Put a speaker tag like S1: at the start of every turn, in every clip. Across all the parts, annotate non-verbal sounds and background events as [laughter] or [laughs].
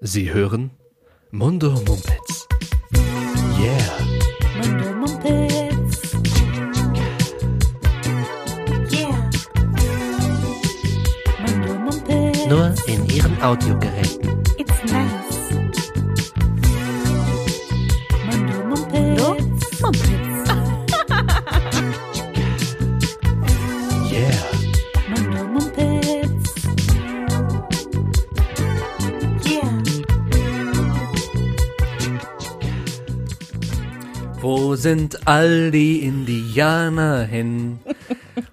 S1: Sie hören Mundo Mumpitz. Yeah.
S2: Mundo Mumpitz. Yeah. Mundo Mumpitz.
S1: Nur in Ihren Audiogeräten.
S2: It's nice. Mundo Mumpitz. Mumpitz.
S1: Yeah.
S2: Mundo Mumpitz. Yeah.
S1: Wo sind all die
S3: [laughs]
S1: Indianer hin?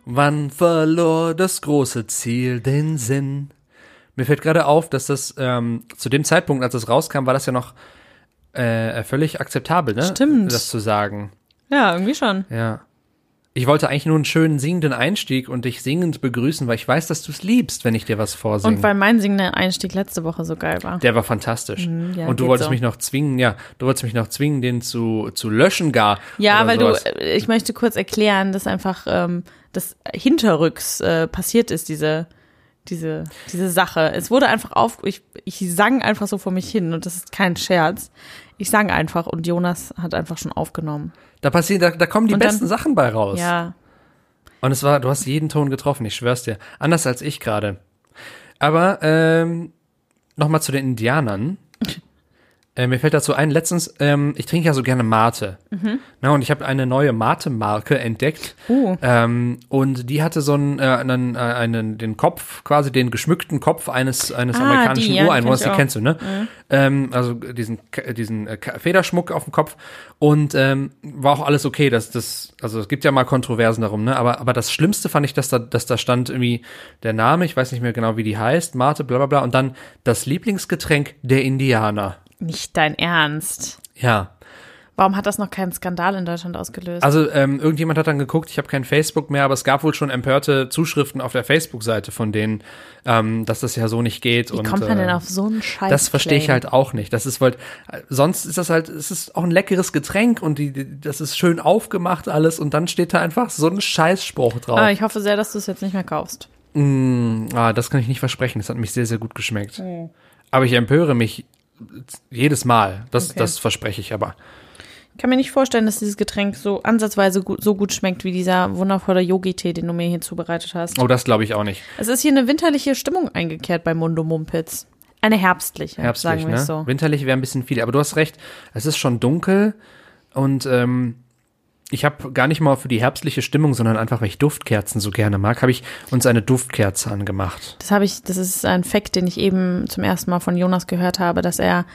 S1: Wann verlor das große Ziel den Sinn? Mir fällt gerade auf, dass das ähm, zu dem Zeitpunkt, als das rauskam, war das ja noch äh, völlig akzeptabel, ne?
S3: Stimmt.
S1: Das zu sagen.
S3: Ja, irgendwie schon.
S1: Ja. Ich wollte eigentlich nur einen schönen singenden Einstieg und dich singend begrüßen, weil ich weiß, dass du es liebst, wenn ich dir was vorsinge.
S3: Und weil mein singender Einstieg letzte Woche so geil war.
S1: Der war fantastisch.
S3: Mhm, ja,
S1: und du
S3: geht
S1: wolltest
S3: so.
S1: mich noch zwingen, ja, du wolltest mich noch zwingen, den zu, zu löschen gar.
S3: Ja,
S1: oder
S3: weil
S1: sowas.
S3: du, äh, ich möchte kurz erklären, dass einfach ähm, das hinterrücks äh, passiert ist, diese, diese, diese Sache. Es wurde einfach auf, ich, ich sang einfach so vor mich hin und das ist kein Scherz. Ich sang einfach und Jonas hat einfach schon aufgenommen.
S1: Da passieren, da, da kommen die
S3: Und dann-
S1: besten Sachen bei raus.
S3: Ja,
S1: Und es war, du hast jeden Ton getroffen, ich schwör's dir. Anders als ich gerade. Aber ähm, nochmal zu den
S3: [laughs]
S1: Indianern. Äh, mir fällt dazu ein, letztens, ähm, ich trinke ja so gerne Mate.
S3: Mhm.
S1: Na, und ich habe eine neue Mate-Marke entdeckt.
S3: Uh.
S1: Ähm, und die hatte so einen, äh, einen, äh, einen, den Kopf, quasi den geschmückten Kopf eines, eines
S3: Ah,
S1: amerikanischen
S3: die, ja, die
S1: Ureinwohners, die
S3: kenn ich auch. Mhm.
S1: kennst du, ne? Ähm, also diesen, K- diesen äh, K- Federschmuck auf dem Kopf. Und ähm, war auch alles okay, dass das, also es gibt ja mal Kontroversen darum, ne? Aber, aber das Schlimmste fand ich, dass da, dass da stand irgendwie der Name, ich weiß nicht mehr genau, wie die heißt, Mate, bla bla bla, und dann das Lieblingsgetränk der Indianer.
S3: nicht dein Ernst.
S1: Ja.
S3: Warum hat das noch keinen Skandal in Deutschland ausgelöst?
S1: Also ähm, irgendjemand hat dann geguckt, ich habe kein Facebook mehr, aber es gab wohl schon empörte Zuschriften auf der Facebook-Seite von denen, ähm, dass das ja so nicht geht.
S3: Wie
S1: und,
S3: kommt man
S1: äh,
S3: denn auf so einen Scheiß?
S1: Das verstehe ich
S3: Claim?
S1: halt auch nicht. Das ist halt, sonst ist das halt, es ist auch ein leckeres Getränk und die, die, das ist schön aufgemacht alles und dann steht da einfach so ein Scheißspruch drauf.
S3: Ah,
S1: Ah,
S3: ich hoffe sehr, dass du es jetzt nicht mehr kaufst.
S1: das kann ich nicht versprechen. Das hat mich sehr, sehr gut geschmeckt.
S3: Oh.
S1: Aber ich empöre mich jedes Mal. Das,
S3: Okay.
S1: das verspreche ich aber.
S3: Ich kann mir nicht vorstellen, dass dieses Getränk so ansatzweise gut, so gut schmeckt wie dieser wundervolle Yogi-Tee, den du mir hier zubereitet hast.
S1: Oh, das glaube ich auch nicht.
S3: Es ist hier eine winterliche Stimmung eingekehrt bei Mundo Mumpitz. Eine herbstliche,
S1: Herbstlich,
S3: sagen wir
S1: ne?
S3: es so.
S1: Winterlich wäre ein bisschen viel. Aber du hast recht, es ist schon dunkel und ähm, ich habe gar nicht mal für die herbstliche Stimmung, sondern einfach, weil ich Duftkerzen so gerne mag, habe ich uns eine Duftkerze angemacht.
S3: Das habe ich, das ist ein Fact, den ich eben zum ersten Mal von Jonas gehört habe, dass er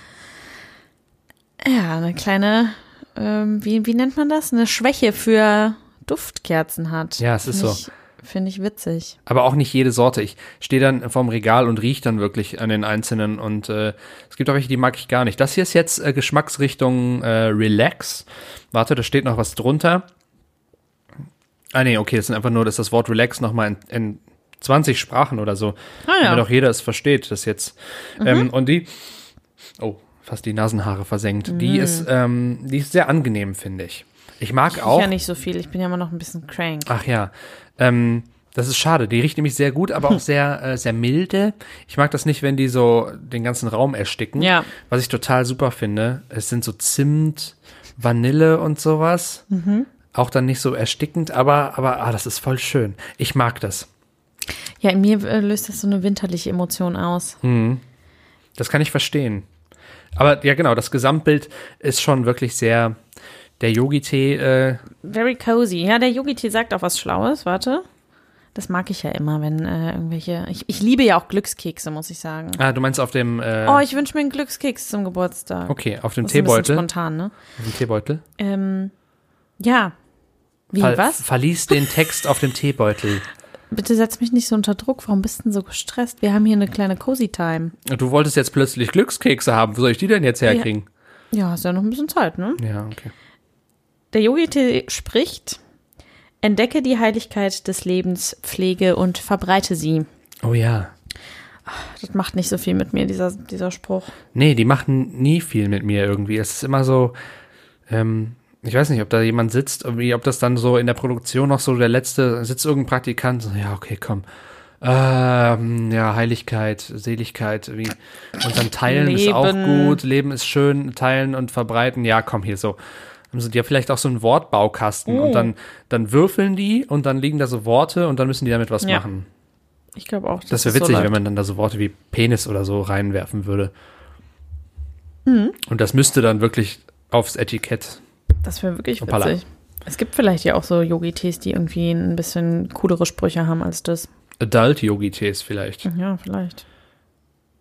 S3: ja eine kleine, ähm, wie, wie nennt man das? Eine Schwäche für Duftkerzen hat.
S1: Ja, es ist
S3: Finde
S1: so.
S3: Ich, Finde ich witzig.
S1: Aber auch nicht jede Sorte. Ich stehe dann vorm Regal und rieche dann wirklich an den einzelnen. Und äh, es gibt auch welche, die mag ich gar nicht. Das hier ist jetzt äh, Geschmacksrichtung äh, Relax. Warte, da steht noch was drunter. Ah nee, okay, das sind einfach nur, dass das Wort Relax nochmal in, in 20 Sprachen oder so.
S3: Ah ja. Mhm.
S1: Damit auch jeder es versteht, das jetzt. Ähm, und die, oh, fast die Nasenhaare versenkt.
S3: Mhm.
S1: Die ist, ähm, die ist sehr angenehm, finde ich. Ich mag
S3: Ich
S1: auch.
S3: ja nicht so viel. Ich bin ja immer noch ein bisschen crank.
S1: Ach ja. Ähm, das ist schade. Die riecht nämlich sehr gut,
S3: [laughs]
S1: aber auch sehr, äh, sehr milde. Ich mag das nicht, wenn die so den ganzen Raum ersticken.
S3: Ja.
S1: Was ich total super finde. Es sind so Zimt, Vanille und sowas.
S3: Mhm.
S1: Auch dann nicht so erstickend, aber, aber ah, das ist voll schön. Ich mag das.
S3: Ja, in mir äh, löst das so eine winterliche Emotion aus.
S1: Hm. Das kann ich verstehen. Aber ja, genau, das Gesamtbild ist schon wirklich sehr. Der Yogi-Tee, äh,
S3: Very cozy. Ja, der Yogi-Tee sagt auch was Schlaues. Warte. Das mag ich ja immer, wenn äh, irgendwelche. Ich, ich liebe ja auch Glückskekse, muss ich sagen.
S1: ah, du meinst auf dem, äh,
S3: Oh, ich wünsche mir einen Glückskeks zum Geburtstag.
S1: okay, auf dem
S3: Das ist ein bisschen
S1: Teebeutel, auf
S3: spontan, ne?
S1: dem Teebeutel,
S3: Ähm, ja. Wie,
S1: Ver-
S3: was?
S1: verließ den Text auf dem Teebeutel.
S3: Bitte setz mich nicht so unter Druck. Warum bist du denn so gestresst? Wir haben hier eine kleine Cozy Time.
S1: Du wolltest jetzt plötzlich Glückskekse haben. Wo soll ich die denn jetzt herkriegen?
S3: Ja, hast ja noch ein bisschen Zeit, ne?
S1: Ja, okay.
S3: Der Yogi-Tee spricht: Entdecke die Heiligkeit des Lebens, pflege und verbreite sie.
S1: Oh ja.
S3: Das macht nicht so viel mit mir, dieser, dieser Spruch.
S1: Nee, die machen nie viel mit mir irgendwie. Es ist immer so, ähm, ich weiß nicht, ob da jemand sitzt, irgendwie, ob das dann so in der Produktion noch so der letzte, sitzt irgendein Praktikant, so, ja, okay, komm, ähm, ja, Heiligkeit, Seligkeit, wie. Und dann teilen ist auch
S3: Leben.
S1: gut, Leben ist schön, teilen und verbreiten. Ja, komm hier so. Haben sie ja vielleicht auch so einen Wortbaukasten
S3: Oh.
S1: und dann, dann würfeln die und dann liegen da so Worte und dann müssen die damit was
S3: Ja.
S1: machen.
S3: Ich glaube auch.
S1: Das wäre
S3: es so
S1: witzig,
S3: läuft.
S1: wenn man dann da so Worte wie Penis oder so reinwerfen würde. Und das müsste dann wirklich aufs Etikett.
S3: Das wäre wirklich
S1: Hoppala.
S3: witzig. Es gibt vielleicht ja auch so Yogi-Tees, die irgendwie ein bisschen coolere Sprüche haben als das.
S1: Adult-Yogi-Tees vielleicht.
S3: Ja, vielleicht.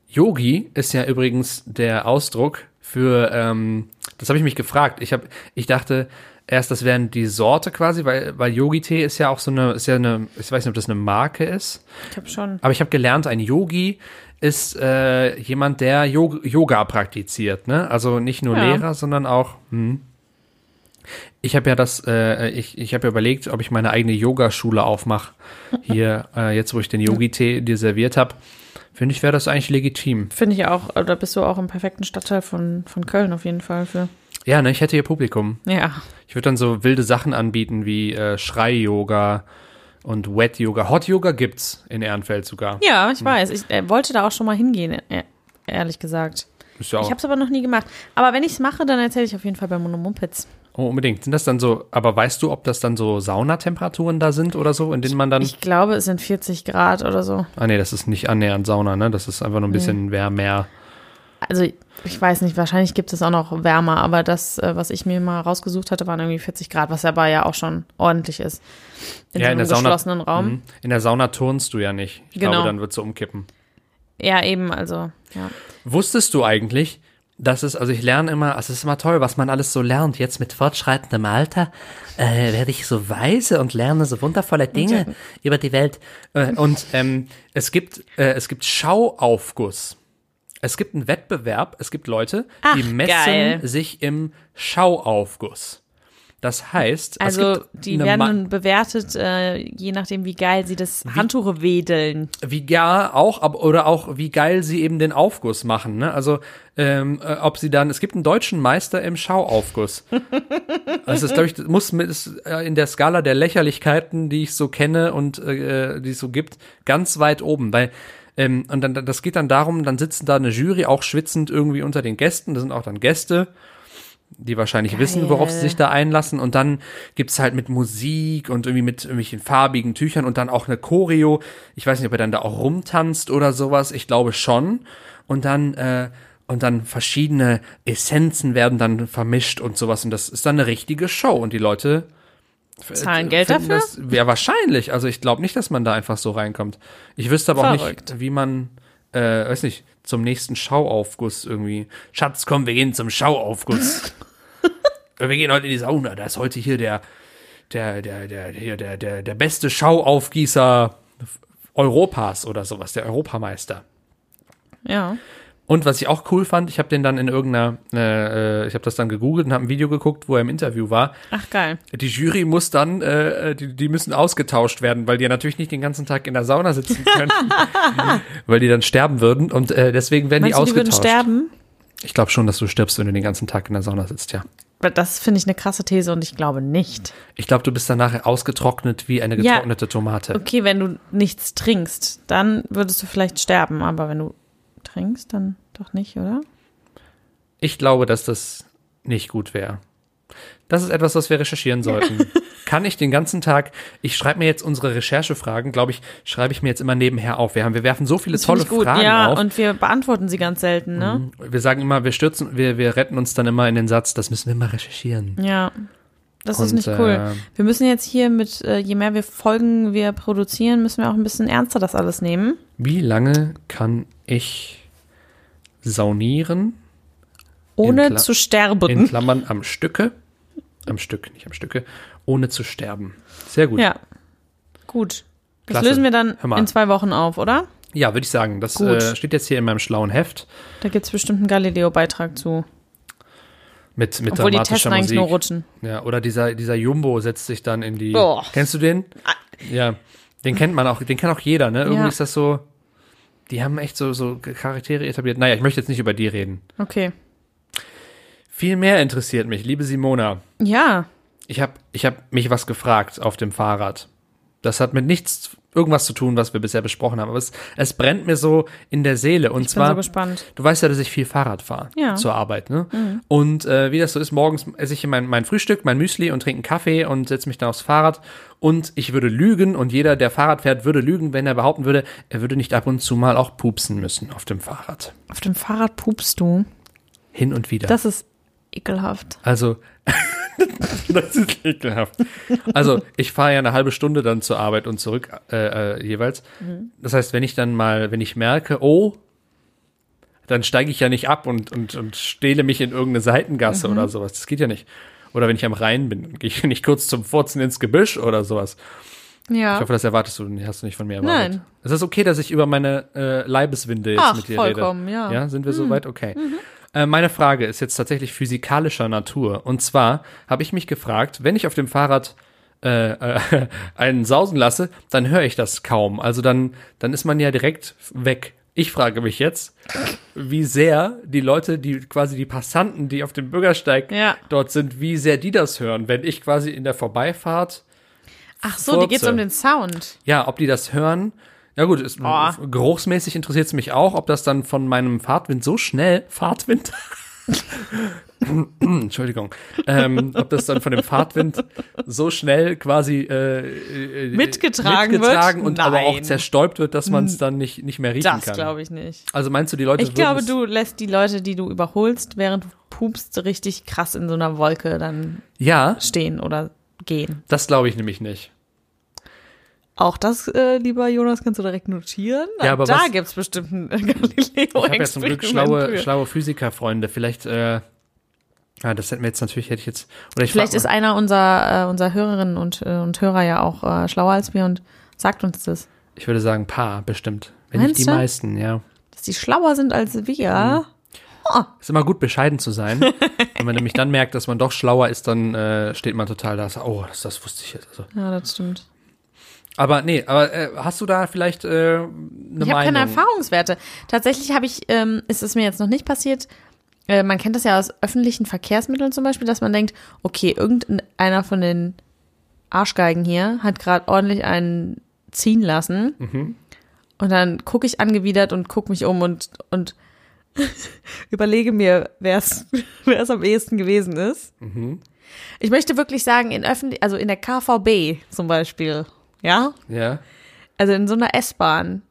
S1: Yogi ist ja übrigens der Ausdruck für, ähm, das habe ich mich gefragt. Ich, hab, ich dachte erst, das wären die Sorte quasi, weil, weil Yogi-Tee ist ja auch so eine, ist ja eine, ich weiß nicht, ob das eine Marke ist,
S3: Ich habe schon.
S1: aber ich habe gelernt, ein Yogi ist äh, jemand, der Yo- Yoga praktiziert, ne? Also nicht nur
S3: Ja.
S1: Lehrer, sondern auch. Hm. Ich habe ja das, äh, ich, ich habe ja überlegt, ob ich meine eigene Yogaschule aufmache.
S3: [laughs]
S1: Hier, äh, jetzt wo ich den Yogi-Tee dir serviert habe, finde ich, wäre das eigentlich legitim.
S3: Finde ich auch, da bist du auch im perfekten Stadtteil von, von Köln auf jeden Fall für.
S1: Ja, ne, ich hätte hier Publikum.
S3: Ja.
S1: Ich würde dann so wilde Sachen anbieten wie äh, Schrei-Yoga und Wet-Yoga. Hot-Yoga gibt's in Ehrenfeld sogar.
S3: Ja, ich weiß. Ich äh, wollte da auch schon mal hingehen, e- ehrlich gesagt.
S1: Ist ja
S3: Ich
S1: auch
S3: habe es aber noch nie gemacht. Aber wenn ich es mache, dann erzähle ich auf jeden Fall bei Mono Mumpitz.
S1: oh, unbedingt. Sind das dann so, aber weißt du, ob das dann so Saunatemperaturen da sind oder so, in denen man dann.
S3: Ich glaube, es sind 40 Grad oder so.
S1: ah, nee, das ist nicht annähernd Sauna, ne? Das ist einfach nur ein bisschen wärmer.
S3: Also ich weiß nicht, wahrscheinlich gibt es auch noch wärmer, aber das, äh, was ich mir mal rausgesucht hatte, waren irgendwie 40 Grad, was aber ja auch schon ordentlich ist. In
S1: Ja,
S3: so
S1: in
S3: einem
S1: der Sauna-
S3: geschlossenen Raum.
S1: Mhm. In der Sauna turnst du ja nicht. Ich
S3: Genau.
S1: glaube, dann wird's so umkippen.
S3: Ja, eben, also. Ja.
S1: Wusstest du eigentlich, dass es, also ich lerne immer, es ist immer toll, was man alles so lernt. Jetzt mit fortschreitendem Alter äh, werde ich so weise und lerne so wundervolle Dinge über die Welt. Äh, und ähm, es gibt, äh, es gibt Schauaufguss. Es gibt einen Wettbewerb, es gibt Leute, die
S3: Ach,
S1: messen
S3: geil.
S1: sich im Schauaufguss. Das heißt, es
S3: Also
S1: gibt
S3: die
S1: eine
S3: werden
S1: Ma-
S3: nun bewertet, äh, je nachdem, wie geil sie das Handtuch wedeln.
S1: wie ja auch ab, oder auch wie geil sie eben den Aufguss machen ne also ähm, äh, ob sie dann es gibt einen deutschen Meister im Schauaufguss das ist glaube Also ich das muss mit ist, äh, in der Skala der Lächerlichkeiten die ich so kenne und äh, die es so gibt ganz weit oben weil ähm, und dann das geht dann darum dann sitzen da eine Jury auch schwitzend irgendwie unter den Gästen da sind auch dann Gäste die wahrscheinlich wissen, worauf sie sich da einlassen. Und dann gibt's halt mit Musik und irgendwie mit irgendwelchen farbigen Tüchern und dann auch eine Choreo. Ich weiß nicht, ob er dann da auch rumtanzt oder sowas. Ich glaube schon. Und dann, äh, und dann verschiedene Essenzen werden dann vermischt und sowas. Und das ist dann eine richtige Show. Und die Leute f-
S3: Zahlen Geld
S1: Äh, finden
S3: dafür?
S1: Das, ja, wahrscheinlich. Also ich glaube nicht, dass man da einfach so reinkommt. Ich wüsste aber auch
S3: Verrückt.
S1: nicht, wie man, äh, weiß nicht, zum nächsten Schauaufguss irgendwie. Schatz, komm, wir gehen zum Schauaufguss.
S3: [laughs]
S1: Wir gehen heute in die Sauna. Da ist heute hier der, der, der, der, hier der, der, der beste Schauaufgießer Europas oder sowas, der Europameister.
S3: Ja.
S1: Und was ich auch cool fand, ich habe den dann in irgendeiner, äh, äh, ich habe das dann gegoogelt und habe ein Video geguckt, wo er im Interview war.
S3: Ach geil.
S1: Die Jury muss dann, äh, äh, die, die müssen ausgetauscht werden, weil die ja natürlich nicht den ganzen Tag in der Sauna sitzen
S3: [laughs]
S1: können, weil die dann sterben würden und äh, deswegen werden
S3: Meinst
S1: die
S3: du, die würden
S1: ausgetauscht.
S3: sterben?
S1: Ich glaube schon, dass du stirbst, wenn du den ganzen Tag in der Sauna sitzt, ja.
S3: Weil Das finde ich eine krasse These und ich glaube nicht.
S1: Ich glaube, du bist danach ausgetrocknet wie eine
S3: Ja.
S1: getrocknete Tomate.
S3: Okay, wenn du nichts trinkst, dann würdest du vielleicht sterben, aber wenn du trinkst, dann doch nicht, oder?
S1: Ich glaube, dass das nicht gut wäre. Das ist etwas, was wir recherchieren sollten. Kann ich den ganzen Tag, ich schreibe mir jetzt unsere Recherchefragen, glaube ich, schreibe ich mir jetzt immer nebenher auf. Wir haben, wir werfen so viele
S3: Das
S1: tolle Mhm.
S3: finde ich gut.
S1: Fragen
S3: ja,
S1: auf.
S3: und wir beantworten sie ganz selten, ne?
S1: wir sagen immer, wir stürzen, wir, wir retten uns dann immer in den Satz, das müssen wir mal recherchieren.
S3: Ja. Das ist
S1: Und,
S3: nicht cool.
S1: äh,
S3: wir müssen jetzt hier mit, äh, je mehr wir Folgen wir produzieren, müssen wir auch ein bisschen ernster das alles nehmen.
S1: Wie lange kann ich saunieren?
S3: Ohne
S1: Kla-
S3: zu
S1: In
S3: sterben.
S1: Klammern am Stücke. Am Stück, nicht am Stücke. Ohne zu sterben. Sehr gut.
S3: Ja. Gut. Das
S1: Klasse.
S3: lösen wir dann
S1: Hör mal.
S3: in zwei Wochen auf, oder?
S1: Ja, würde ich sagen. Das
S3: Gut.
S1: äh, steht jetzt hier in meinem schlauen Heft
S3: Da gibt es bestimmt einen Galileo-Beitrag zu.
S1: mit, mit
S3: Obwohl die
S1: dramatischer
S3: Testen eigentlich
S1: Musik.
S3: nur rutschen.
S1: Ja, oder dieser, dieser Jumbo setzt sich dann in die.
S3: Boah. Ah.
S1: Kennst du den? Ja. Den kennt man auch, den kennt auch jeder, ne? Irgendwie
S3: Ja.
S1: ist das so. Die haben echt so, so Charaktere etabliert. Naja, ich möchte jetzt nicht über die reden.
S3: Okay.
S1: Viel mehr interessiert mich, liebe Simona.
S3: Ja.
S1: Ich habe ich hab mich was gefragt auf dem Fahrrad. Das hat mit nichts irgendwas zu tun, was wir bisher besprochen haben. Aber es, es brennt mir so in der Seele. Und
S3: Ich bin
S1: zwar,
S3: so gespannt.
S1: du weißt ja, dass ich viel Fahrrad fahre
S3: Ja. Mhm.
S1: zur Arbeit. Ne? Und äh, wie das so ist, morgens esse ich mein, mein Frühstück, mein Müsli und trinke einen Kaffee und setze mich dann aufs Fahrrad. Und ich würde lügen und jeder, der Fahrrad fährt, würde lügen, wenn er behaupten würde, er würde nicht ab und zu mal auch pupsen müssen auf dem Fahrrad.
S3: Auf dem Fahrrad pupst du.
S1: Hin und wieder.
S3: Das ist ekelhaft.
S1: Also, [laughs] das ist ekelhaft. Also, ich fahre ja eine halbe Stunde dann zur Arbeit und zurück äh, äh, jeweils. Das heißt, wenn ich dann mal, wenn ich merke, oh, dann steige ich ja nicht ab und, und, und stehle mich in irgendeine Seitengasse oder sowas. Das geht ja nicht. Oder wenn ich am Rhein bin, dann gehe ich [laughs] nicht kurz zum Furzen ins Gebüsch oder sowas. Ich
S3: Ja.
S1: hoffe, das erwartest du, hast du nicht von mir erwartet.
S3: Nein.
S1: Es ist okay, dass ich über meine äh, Leibeswinde jetzt
S3: Ach,
S1: mit dir
S3: vollkommen,
S1: rede.
S3: ja. Mhm.
S1: Ja, sind wir soweit? Okay. Äh, meine Frage ist jetzt tatsächlich physikalischer Natur. Und zwar habe ich mich gefragt, wenn ich auf dem Fahrrad äh, äh, [laughs] einen sausen lasse, dann höre ich das kaum. Also dann, dann ist man ja direkt weg. Ich frage mich jetzt, wie sehr die Leute, die quasi die Passanten, die auf dem Bürgersteig
S3: Ja.
S1: dort sind, wie sehr die das hören, wenn ich quasi in der Vorbeifahrt
S3: Ach so, dir geht's
S1: Furze.
S3: um den Sound.
S1: ja, ob die das hören. Ja gut, ist,
S3: Oh.
S1: geruchsmäßig interessiert es mich auch, ob das dann von meinem Fahrtwind so schnell, Fahrtwind, [laughs] Entschuldigung, ähm, ob das dann von dem Fahrtwind so schnell quasi äh, äh,
S3: Mitgetragen wird?
S1: mitgetragen und aber auch
S3: Nein.
S1: zerstäubt wird, dass man es dann nicht, nicht mehr riechen
S3: Das
S1: kann.
S3: glaube ich nicht.
S1: Also meinst du, die Leute
S3: Ich glaube,
S1: es-
S3: du lässt die Leute, die du überholst, während du pupst, richtig krass in so einer Wolke dann
S1: Ja,
S3: stehen oder gehen.
S1: das glaube ich nämlich nicht.
S3: Auch das, äh, lieber Jonas, kannst du direkt notieren.
S1: Ja, aber
S3: da
S1: was-
S3: gibt's bestimmt ein [laughs] galileo
S1: Ich habe ja zum Glück schlaue, schlaue Physikerfreunde. Vielleicht, äh, ja, das hätten wir jetzt natürlich, hätte ich jetzt, oder ich
S3: Vielleicht
S1: frag
S3: ist einer unserer, äh, unserer Hörerinnen und, äh, und Hörer ja auch äh, schlauer als wir und sagt uns das.
S1: Ich würde sagen, paar bestimmt. Wenn
S3: Meinst
S1: nicht die
S3: du?
S1: meisten, ja.
S3: Dass die schlauer sind als wir.
S1: Ist immer gut, bescheiden
S3: [laughs]
S1: zu sein. Wenn man nämlich dann merkt, dass man doch schlauer ist, dann äh, steht man total da. So, oh, das, das wusste ich jetzt. Also.
S3: Ja, das stimmt.
S1: Aber nee, aber äh, hast du da vielleicht äh, eine Meinung?
S3: Ich habe keine Erfahrungswerte. Tatsächlich habe ich, ähm, ist es mir jetzt noch nicht passiert. Äh, man kennt das ja aus öffentlichen Verkehrsmitteln zum Beispiel, dass man denkt, okay, irgendeiner von den Arschgeigen hier hat gerade ordentlich einen ziehen lassen. Und dann gucke ich angewidert und gucke mich um und, und [laughs] überlege mir, wer [laughs] es wer es am ehesten gewesen ist. Ich möchte wirklich sagen, in öffentlich, also in der KVB zum Beispiel, ja,
S1: Ja.
S3: also in so einer S-Bahn,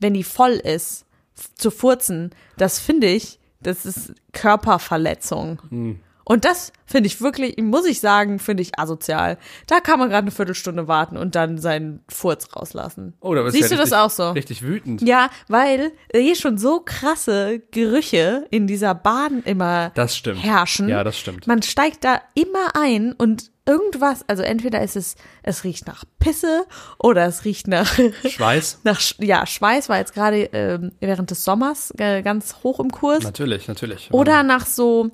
S3: wenn die voll ist, f- zu furzen, das finde ich, das ist Körperverletzung.
S1: Hm.
S3: Und das finde ich wirklich, muss ich sagen, finde ich asozial. Da kann man gerade eine Viertelstunde warten und dann seinen Furz rauslassen.
S1: Oh, da bist
S3: Siehst
S1: ja
S3: du das
S1: richtig-
S3: auch so?
S1: Richtig wütend.
S3: Ja, weil hier schon so krasse Gerüche in dieser Bahn immer
S1: Das stimmt.
S3: herrschen.
S1: Ja, das stimmt.
S3: Man steigt da immer ein und irgendwas, also entweder ist es, es riecht nach Pisse oder es riecht nach
S1: Schweiß?
S3: nach Sch ja, Schweiß war jetzt gerade ähm, während des Sommers äh, ganz hoch im Kurs.
S1: Natürlich, natürlich.
S3: Oder nach so,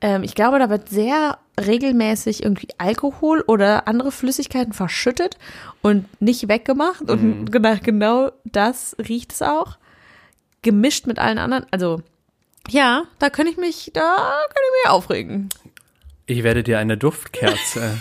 S3: ähm, ich glaube, da wird sehr regelmäßig irgendwie Alkohol oder andere Flüssigkeiten verschüttet und nicht weggemacht. Und
S1: Mhm.
S3: [laughs] genau, genau das riecht es auch. Gemischt mit allen anderen. Also, ja, da kann ich mich, da kann ich mich aufregen.
S1: Ich werde dir
S3: [laughs]
S1: eine Duftkerze.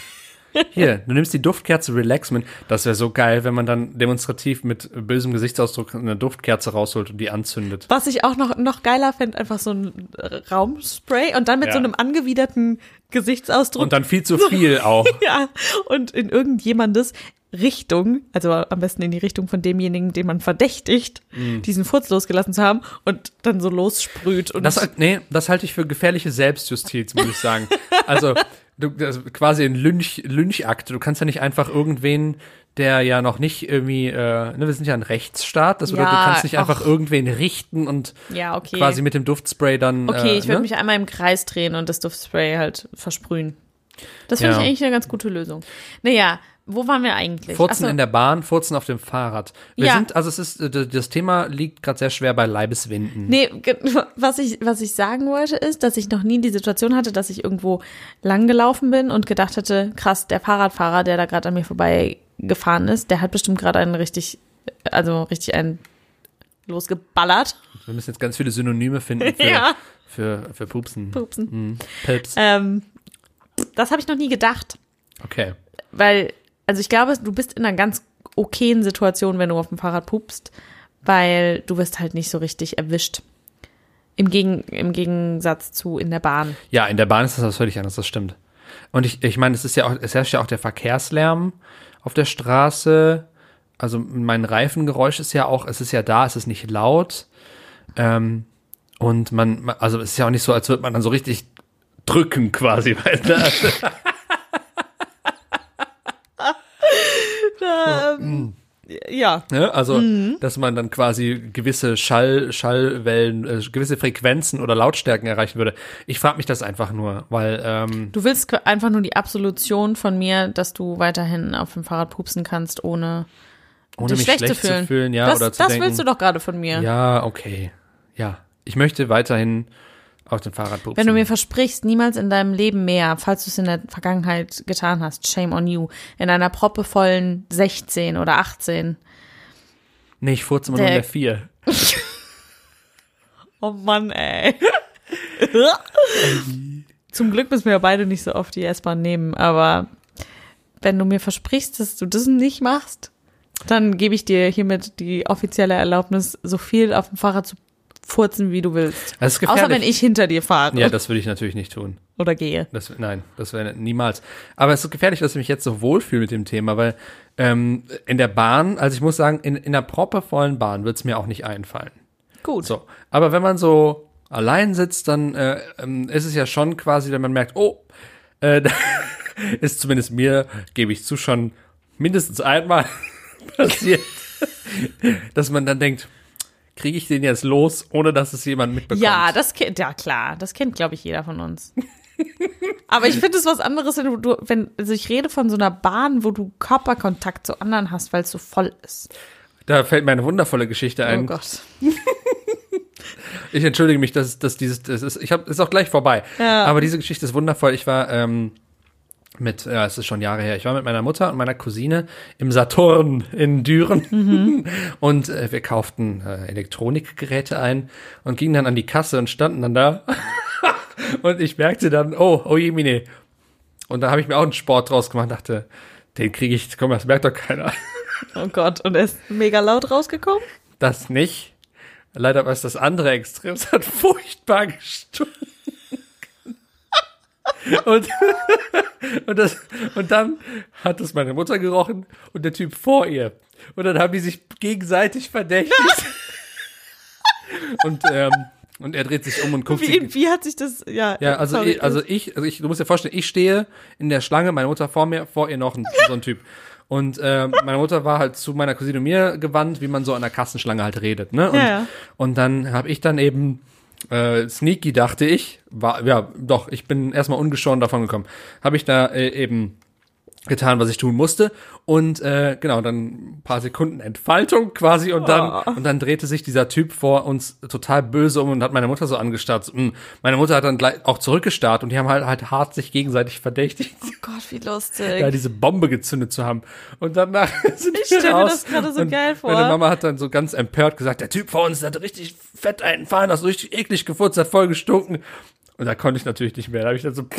S1: Hier, du nimmst die Duftkerze Relax mit. Das wäre so geil, wenn man dann demonstrativ mit bösem Gesichtsausdruck eine Duftkerze rausholt und die anzündet.
S3: Was ich auch noch, noch geiler fände, einfach so ein äh, Raumspray und dann mit
S1: Ja.
S3: so einem angewiderten Gesichtsausdruck
S1: Und dann
S3: [laughs]
S1: viel zu viel auch.
S3: Ja, und in irgendjemandes Richtung, also am besten in die Richtung von demjenigen, den man verdächtigt,
S1: Mhm.
S3: diesen Furz losgelassen zu haben und dann so lossprüht. Und
S1: Das, halt, nee, das halte ich für gefährliche Selbstjustiz, muss ich sagen. Also du, das, quasi ein Lynch, Lynchakt. Du kannst ja nicht einfach irgendwen, der ja noch nicht irgendwie, äh, ne, wir sind ja ein Rechtsstaat, das bedeutet,
S3: Ja,
S1: du kannst nicht einfach
S3: ach.
S1: irgendwen richten und
S3: ja, okay.
S1: quasi mit dem Duftspray dann.
S3: okay,
S1: äh,
S3: ich würde
S1: ne?
S3: mich einmal im Kreis drehen und das Duftspray halt versprühen. Das finde
S1: Ja.
S3: ich eigentlich eine ganz gute Lösung. Naja, wo waren wir eigentlich?
S1: Furzen
S3: Ach so,
S1: in der Bahn, Furzen auf dem Fahrrad. Wir
S3: Ja.
S1: sind, also es ist, äh, das Thema liegt gerade sehr schwer bei Leibeswinden.
S3: Nee, ge- [laughs] was ich, was ich sagen wollte, ist, dass ich noch nie die Situation hatte, dass ich irgendwo lang gelaufen bin und gedacht hatte, krass, der Fahrradfahrer, der da gerade an mir vorbei gefahren ist, der hat bestimmt gerade einen richtig, also richtig einen losgeballert.
S1: Wir müssen jetzt ganz viele Synonyme finden
S3: [laughs]
S1: für,
S3: Ja.
S1: für, für Pupsen. Hm.
S3: Pupsen.
S1: Pips.
S3: Ähm, das habe ich noch nie gedacht,
S1: Okay.
S3: weil, also ich glaube, du bist in einer ganz okayen Situation, wenn du auf dem Fahrrad pupst, weil du wirst halt nicht so richtig erwischt. Im, Gegen, Im Gegensatz zu in der Bahn.
S1: Ja, in der Bahn ist das was völlig anderes, das stimmt. Und ich, ich meine, es ist ja auch, es herrscht ja auch der Verkehrslärm auf der Straße. Also mein Reifengeräusch ist ja auch, es ist ja da, es ist nicht laut. Ähm, und man, man- also es ist ja auch nicht so, als würde man dann so richtig drücken quasi. [laughs] Weißt du? Also,
S3: Ja.
S1: ne? Also,
S3: Mhm.
S1: dass man dann quasi gewisse Schall, Schallwellen, äh, gewisse Frequenzen oder Lautstärken erreichen würde. Ich frage mich das einfach nur, weil ähm,
S3: Du willst qu- einfach nur die Absolution von mir, dass du weiterhin auf dem Fahrrad pupsen kannst, ohne,
S1: ohne
S3: dich
S1: mich
S3: schlecht,
S1: schlecht,
S3: zu fühlen.
S1: ja,
S3: das
S1: oder zu
S3: das
S1: denken.
S3: willst du doch gerade von mir.
S1: Ja, okay. Ja. Ich möchte weiterhin auf dem Fahrrad pupsen.
S3: Wenn du mir versprichst, niemals in deinem Leben mehr, falls du es in der Vergangenheit getan hast, shame on you, in einer proppevollen 16 oder 18.
S1: nee, ich furze immer nur in
S3: Der-
S1: der 4.
S3: Oh Mann, ey. [laughs] Zum Glück müssen wir ja beide nicht so oft die S-Bahn nehmen, aber wenn du mir versprichst, dass du das nicht machst, dann gebe ich dir hiermit die offizielle Erlaubnis, so viel auf dem Fahrrad zu furzen, wie du willst.
S1: Das ist gefährlich.
S3: Außer wenn ich hinter dir fahre
S1: ja, das würde ich natürlich nicht tun.
S3: oder gehe.
S1: Das, nein, das wäre niemals. Aber es ist gefährlich, dass ich mich jetzt so wohlfühle mit dem Thema, weil ähm, in der Bahn, also ich muss sagen, in, in einer proppevollen Bahn wird es mir auch nicht einfallen.
S3: Gut.
S1: So, aber wenn man so allein sitzt, dann äh, ähm, ist es ja schon quasi, wenn man merkt, oh, äh, [laughs] da ist zumindest mir, gebe ich zu, schon mindestens einmal [laughs] passiert, dass man dann denkt, kriege ich den jetzt los, ohne dass es jemand mitbekommt?
S3: Ja, das kennt, ja klar, das kennt, glaube ich, jeder von uns. [laughs] Aber ich finde es was anderes, wenn du- du, wenn, also ich rede von so einer Bahn, wo du Körperkontakt zu anderen hast, weil es so voll ist.
S1: da fällt mir eine wundervolle Geschichte
S3: Oh
S1: ein.
S3: Gott.
S1: Ich entschuldige mich, dass, dass dieses, das ist, ich hab, ist auch gleich vorbei.
S3: Ja.
S1: Aber diese Geschichte ist wundervoll. Ich war ähm, mit, ja, es ist schon Jahre her, ich war mit meiner Mutter und meiner Cousine im Saturn in Düren [laughs] und äh, wir kauften äh, Elektronikgeräte ein und gingen dann an die Kasse und standen dann da [laughs] und ich merkte dann, oh, oh je, mine. Und da habe ich mir auch einen Sport draus gemacht und dachte, den kriege ich, komm, das merkt doch keiner.
S3: Oh Gott, und er ist mega laut rausgekommen?
S1: Das nicht. Leider war es das andere Extrem. Es hat furchtbar gestunken. Und, und, das, und dann hat es meine Mutter gerochen und der Typ vor ihr. Und dann haben die sich gegenseitig verdächtigt. und, ähm, und er dreht sich um und guckt sie.
S3: Wie, wie hat sich das, ja.
S1: Ja, also,
S3: sorry.
S1: ich, also, ich, also ich, du musst dir vorstellen, ich stehe in der Schlange, meine Mutter vor mir, vor ihr noch ein, so ein Typ. Und äh, meine Mutter war halt zu meiner Cousine und mir gewandt, wie man so an der Kassenschlange halt redet. Ne? Und,
S3: Ja, ja.
S1: und dann habe ich dann eben äh, sneaky, dachte ich, war, ja, doch, ich bin erstmal ungeschoren davon gekommen. Habe ich da äh, eben getan, was ich tun musste. Und äh, genau, dann ein paar Sekunden Entfaltung quasi und dann und dann drehte sich dieser Typ vor uns total böse um und hat meine Mutter so angestarrt. So, mm. meine Mutter hat dann gleich auch zurückgestarrt und die haben halt halt hart sich gegenseitig verdächtigt,
S3: Oh Gott, wie lustig.
S1: da diese Bombe gezündet zu haben. Und danach [laughs] sind
S3: Ich
S1: wir
S3: stell mir
S1: raus.
S3: das gerade so
S1: und
S3: geil vor.
S1: Meine Mama hat dann so ganz empört gesagt, der Typ vor uns hat richtig fett einen Fahren, hat so richtig eklig gefurzt, hat voll gestunken. Und da konnte ich natürlich nicht mehr. Da habe ich dann so [laughs]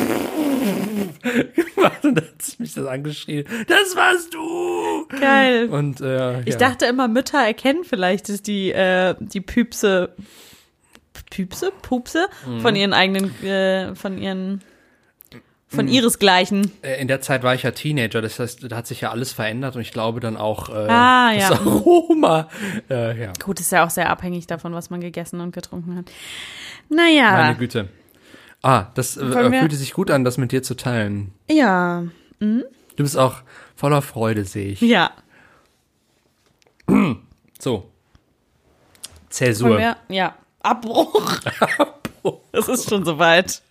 S1: gemacht und dann hat sie mich das angeschrien. Das warst du!
S3: Geil.
S1: Und äh,
S3: Ich
S1: ja.
S3: dachte immer, Mütter erkennen vielleicht, dass die, äh, die Püpse, Püpse, Pupse
S1: Mhm.
S3: von ihren eigenen, äh, von ihren, von
S1: Mhm.
S3: ihresgleichen.
S1: Äh, in der Zeit war ich ja Teenager, das heißt, da hat sich ja alles verändert und ich glaube dann auch äh,
S3: Ah, ja. [laughs]
S1: das Aroma. Äh, ja.
S3: Gut, ist ja auch sehr abhängig davon, was man gegessen und getrunken hat. Naja.
S1: Meine Güte. Ah, das äh,
S3: Wollen wir-
S1: fühlte sich gut an, das mit dir zu teilen.
S3: ja.
S1: Du bist auch voller Freude, sehe ich.
S3: Ja.
S1: So.
S3: Wollen
S1: Zäsur.
S3: wir? Ja. Abbruch.
S1: [laughs]
S3: Es ist schon soweit.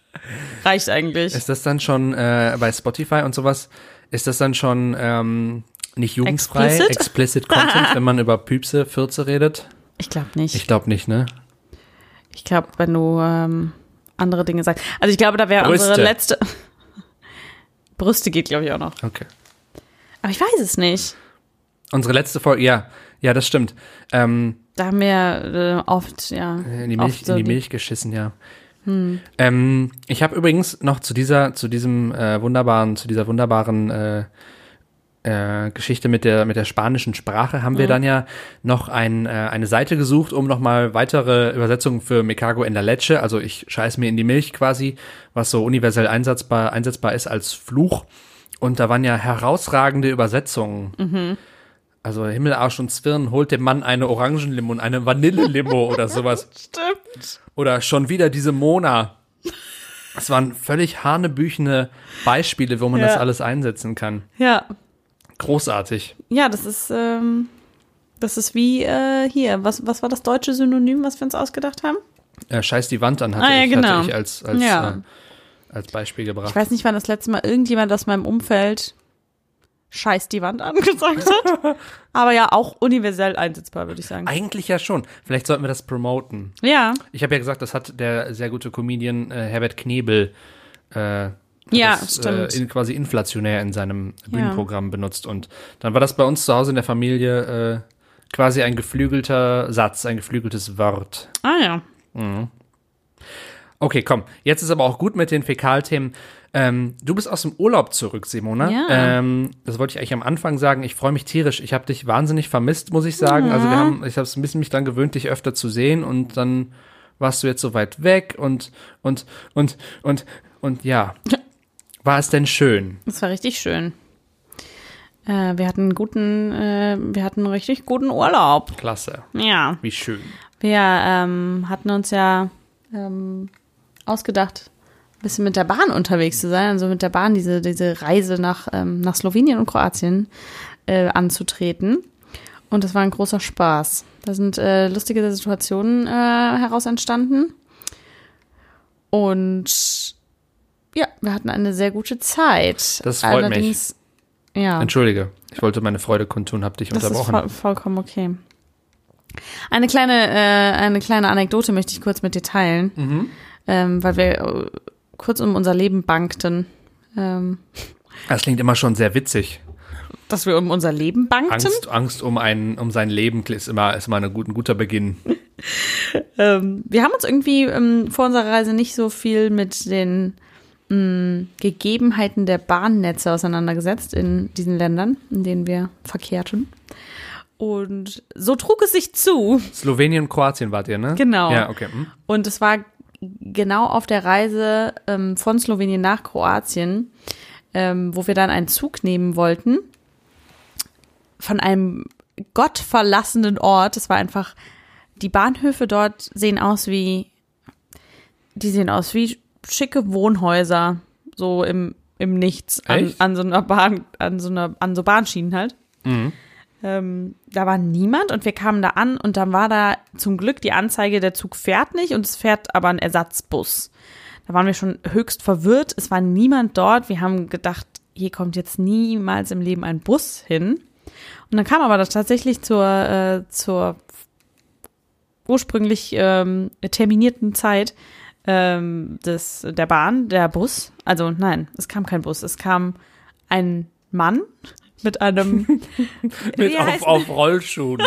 S3: Reicht eigentlich.
S1: Ist das dann schon äh, bei Spotify und sowas? Ist das dann schon ähm, nicht jugendfrei?
S3: Explicit?
S1: Explicit Content, wenn man über Püpse, Fürze redet?
S3: ich glaube nicht.
S1: Ich glaube nicht, ne?
S3: Ich glaube, wenn du ähm, andere Dinge sagst. Also ich glaube, da wäre
S1: Brüste.
S3: unsere letzte. [laughs] Brüste geht, glaube ich, auch noch.
S1: Okay.
S3: Aber ich weiß es nicht.
S1: Unsere letzte Folge, ja, ja, das stimmt. Ähm,
S3: Da haben wir äh, oft, ja.
S1: In die
S3: oft
S1: Milch,
S3: so
S1: in die Milch geschissen, ja. Ähm, ich habe übrigens noch zu dieser, zu diesem äh, wunderbaren, zu dieser wunderbaren äh, äh, Geschichte mit der, mit der spanischen Sprache haben wir dann ja noch ein, äh, eine Seite gesucht, um nochmal weitere Übersetzungen für Mekago en la Leche, also ich scheiß mir in die Milch quasi, was so universell einsetzbar, einsetzbar ist als Fluch. Und da waren ja herausragende Übersetzungen. Also Himmel, Arsch und Zwirn holt dem Mann eine Orangenlimo und eine Vanillelimo oder sowas.
S3: Stimmt.
S1: Oder schon wieder diese Mona. Es waren völlig hanebüchene Beispiele, wo man
S3: Ja.
S1: das alles einsetzen kann.
S3: Ja.
S1: Großartig.
S3: Ja, das ist, ähm, das ist wie äh, hier. Was, was war das deutsche Synonym, was wir uns ausgedacht haben?
S1: Äh, Scheiß die Wand an hatte,
S3: Ah, ja,
S1: ich,
S3: genau.
S1: hatte ich als, als,
S3: Ja.
S1: äh, als Beispiel
S3: Ich
S1: gebracht.
S3: weiß nicht, wann das letzte Mal irgendjemand aus meinem Umfeld scheiß die Wand angesagt hat.
S1: [laughs]
S3: Aber ja, auch universell einsetzbar, würde ich sagen.
S1: Eigentlich ja schon. Vielleicht sollten wir das promoten.
S3: Ja,
S1: Ich habe ja gesagt, das hat der sehr gute Comedian äh, Herbert Knebel äh,
S3: ja,
S1: das,
S3: stimmt.
S1: Äh, in, quasi inflationär in seinem Bühnenprogramm benutzt. Und dann war das bei uns zu Hause in der Familie äh, quasi ein geflügelter Satz, ein geflügeltes Wort.
S3: ah ja.
S1: Okay, komm. Jetzt ist aber auch gut mit den Fäkalthemen. Ähm, du bist aus dem Urlaub zurück, Simona.
S3: Ja.
S1: Ähm, das wollte ich eigentlich am Anfang sagen. Ich freue mich tierisch. Ich habe dich wahnsinnig vermisst, muss ich sagen. Also wir haben, ich habe es ein bisschen mich dran gewöhnt, dich öfter zu sehen und dann warst du jetzt so weit weg und und und und
S3: [laughs]
S1: und ja. War es denn schön?
S3: Das war richtig schön. Äh, wir hatten einen guten, äh, wir hatten einen richtig guten Urlaub.
S1: Klasse.
S3: Ja.
S1: Wie schön.
S3: Wir ähm, hatten uns ja ähm, ausgedacht, ein bisschen mit der Bahn unterwegs zu sein, also mit der Bahn diese, diese Reise nach, ähm, nach Slowenien und Kroatien äh, anzutreten. Und das war ein großer Spaß. Da sind äh, lustige Situationen äh, heraus entstanden. Und ja, wir hatten eine sehr gute Zeit.
S1: Das freut mich.
S3: mich. Ja.
S1: Entschuldige, ich wollte meine Freude kundtun, habe dich
S3: Das ist voll,
S1: unterbrochen.
S3: vollkommen okay. Eine kleine, äh, eine kleine Anekdote möchte ich kurz mit dir teilen, ähm, weil wir äh, kurz um unser Leben bangten. Ähm,
S1: Das klingt immer schon sehr witzig.
S3: dass wir um unser Leben bangten?
S1: Angst, Angst um ein, um sein Leben ist immer, ist immer eine gut, ein guter Beginn.
S3: Ähm, wir haben uns irgendwie ähm, vor unserer Reise nicht so viel mit den mh, Gegebenheiten der Bahnnetze auseinandergesetzt in diesen Ländern, in denen wir verkehrten. Und so trug es sich zu,
S1: Slowenien und Kroatien wart ihr, ne?
S3: Genau.
S1: Ja, okay. Hm.
S3: Und es war genau auf der Reise ähm, von Slowenien nach Kroatien, ähm, wo wir dann einen Zug nehmen wollten von einem gottverlassenen Ort. Es war einfach, die Bahnhöfe dort sehen aus wie, die sehen aus wie schicke Wohnhäuser, so im, im Nichts, an,
S1: Echt?
S3: an so einer Bahn, an so einer, an so Bahnschienen halt. Ähm, da war niemand und wir kamen da an und dann war da zum Glück die Anzeige, der Zug fährt nicht und es fährt aber ein Ersatzbus. Da waren wir schon höchst verwirrt. Es war niemand dort. Wir haben gedacht, hier kommt jetzt niemals im Leben ein Bus hin. Und dann kam aber das tatsächlich zur, äh, zur ursprünglich ähm, terminierten Zeit ähm, des, der Bahn, der Bus. Also nein, es kam kein Bus. Es kam ein Mann mit einem
S1: Mit
S3: Wie
S1: auf,
S3: heißt- [laughs]
S1: auf Rollschuhen.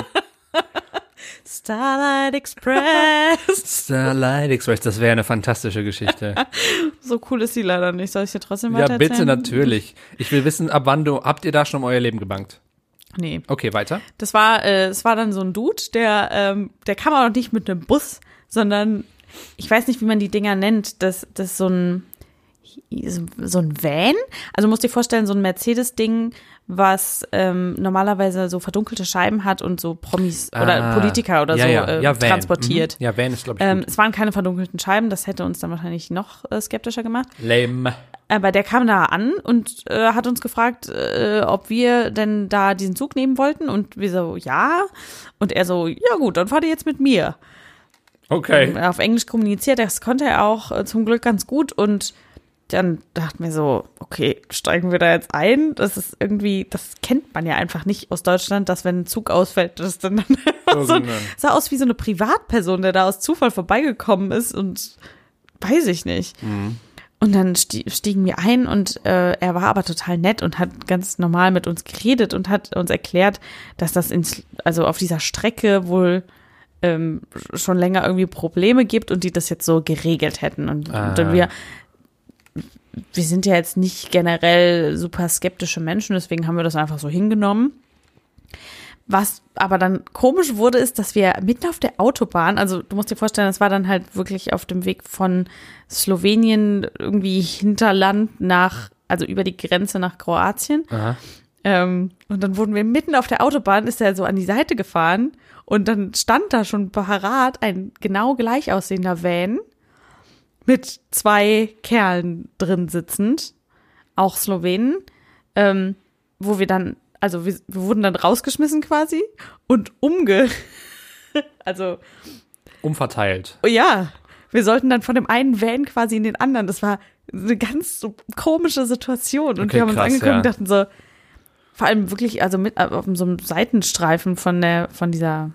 S3: Starlight
S1: [laughs]
S3: Express.
S1: Starlight Express, das wäre eine
S3: [laughs]
S1: fantastische Geschichte.
S3: So cool ist sie leider nicht. Soll ich dir trotzdem
S1: ja,
S3: weitererzählen?
S1: bitte, natürlich. Ich will wissen, ab wann du, habt ihr da schon um euer Leben gebankt?
S3: Nee.
S1: Okay, weiter.
S3: Das war, äh, es war dann so ein Dude, der, ähm, der kam auch nicht mit einem Bus, sondern ich weiß nicht, wie man die Dinger nennt. Das, das ist so ein, so ein Van. Also musst dir vorstellen, so ein Mercedes-Ding, was ähm, normalerweise so verdunkelte Scheiben hat und so Promis oder
S1: Ah,
S3: Politiker oder
S1: ja,
S3: so
S1: ja.
S3: äh,
S1: ja, Van.
S3: transportiert.
S1: Mhm. Ja, Van ist, glaube ich,
S3: Ähm,
S1: gut.
S3: es waren keine verdunkelten Scheiben, das hätte uns dann wahrscheinlich noch äh, skeptischer gemacht.
S1: Lame.
S3: Aber der kam da an und äh, hat uns gefragt, äh, ob wir denn da diesen Zug nehmen wollten. Und wir so, ja. Und er so, ja gut, dann fahrt ihr jetzt mit mir.
S1: Okay.
S3: Auf Englisch kommuniziert, das konnte er auch äh, zum Glück ganz gut. Und dann dachten wir so, okay, steigen wir da jetzt ein? Das ist irgendwie, das kennt man ja einfach nicht aus Deutschland, dass wenn ein Zug ausfällt, das dann, [laughs] dann so ein,
S1: Irgendein-
S3: sah aus wie so eine Privatperson, der da aus Zufall vorbeigekommen ist und weiß ich nicht. Und dann stie- stiegen wir ein und äh, er war aber total nett und hat ganz normal mit uns geredet und hat uns erklärt, dass das ins, also auf dieser Strecke wohl ähm, schon länger irgendwie Probleme gibt und die das jetzt so geregelt hätten. Und, und dann wir wir sind ja jetzt nicht generell super skeptische Menschen, deswegen haben wir das einfach so hingenommen. Was aber dann komisch wurde, ist, dass wir mitten auf der Autobahn, also du musst dir vorstellen, das war dann halt wirklich auf dem Weg von Slowenien irgendwie Hinterland nach, also über die Grenze nach Kroatien.
S1: Aha.
S3: Ähm, und dann wurden wir mitten auf der Autobahn, ist er so an die Seite gefahren und dann stand da schon parat ein genau gleich aussehender Van mit zwei Kerlen drin sitzend, auch Slowenen, ähm, wo wir dann, also wir, wir wurden dann rausgeschmissen quasi und umge, [laughs] also
S1: Umverteilt.
S3: Oh ja, wir sollten dann von dem einen Van quasi in den anderen. Das war eine ganz so komische Situation. Und
S1: Okay,
S3: wir haben uns
S1: krass,
S3: angeguckt
S1: ja.
S3: und dachten so, vor allem wirklich, also mit auf so einem Seitenstreifen von der, von dieser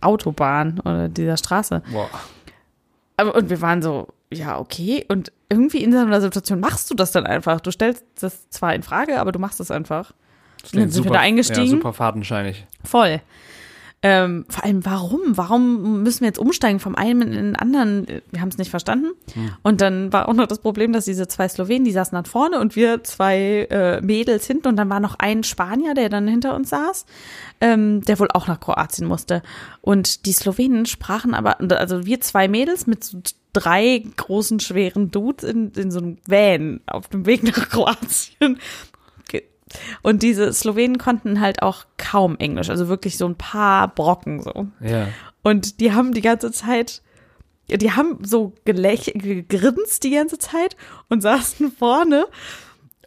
S3: Autobahn oder dieser Straße.
S1: Boah.
S3: Aber, und wir waren so, ja, okay. Und irgendwie in so einer Situation machst du das dann einfach. Du stellst das zwar in Frage, aber du machst das einfach.
S1: Das
S3: Dann sind wir da eingestiegen.
S1: Ja, super fadenscheinig.
S3: Voll. Ähm, vor allem, warum? Warum müssen wir jetzt umsteigen vom einen in den anderen? Wir haben es nicht verstanden. Und dann war auch noch das Problem, dass diese zwei Slowenen, die saßen dann vorne und wir zwei äh, Mädels hinten und dann war noch ein Spanier, der dann hinter uns saß, ähm, der wohl auch nach Kroatien musste. Und die Slowenen sprachen aber, also wir zwei Mädels mit so drei großen, schweren Dudes in, in so einem Van auf dem Weg nach Kroatien. Ge- Und diese Slowenen konnten halt auch kaum Englisch, also wirklich so ein paar Brocken so.
S1: Ja.
S3: Und die haben die ganze Zeit, die haben so gelech gegrinst die ganze Zeit und [laughs] saßen vorne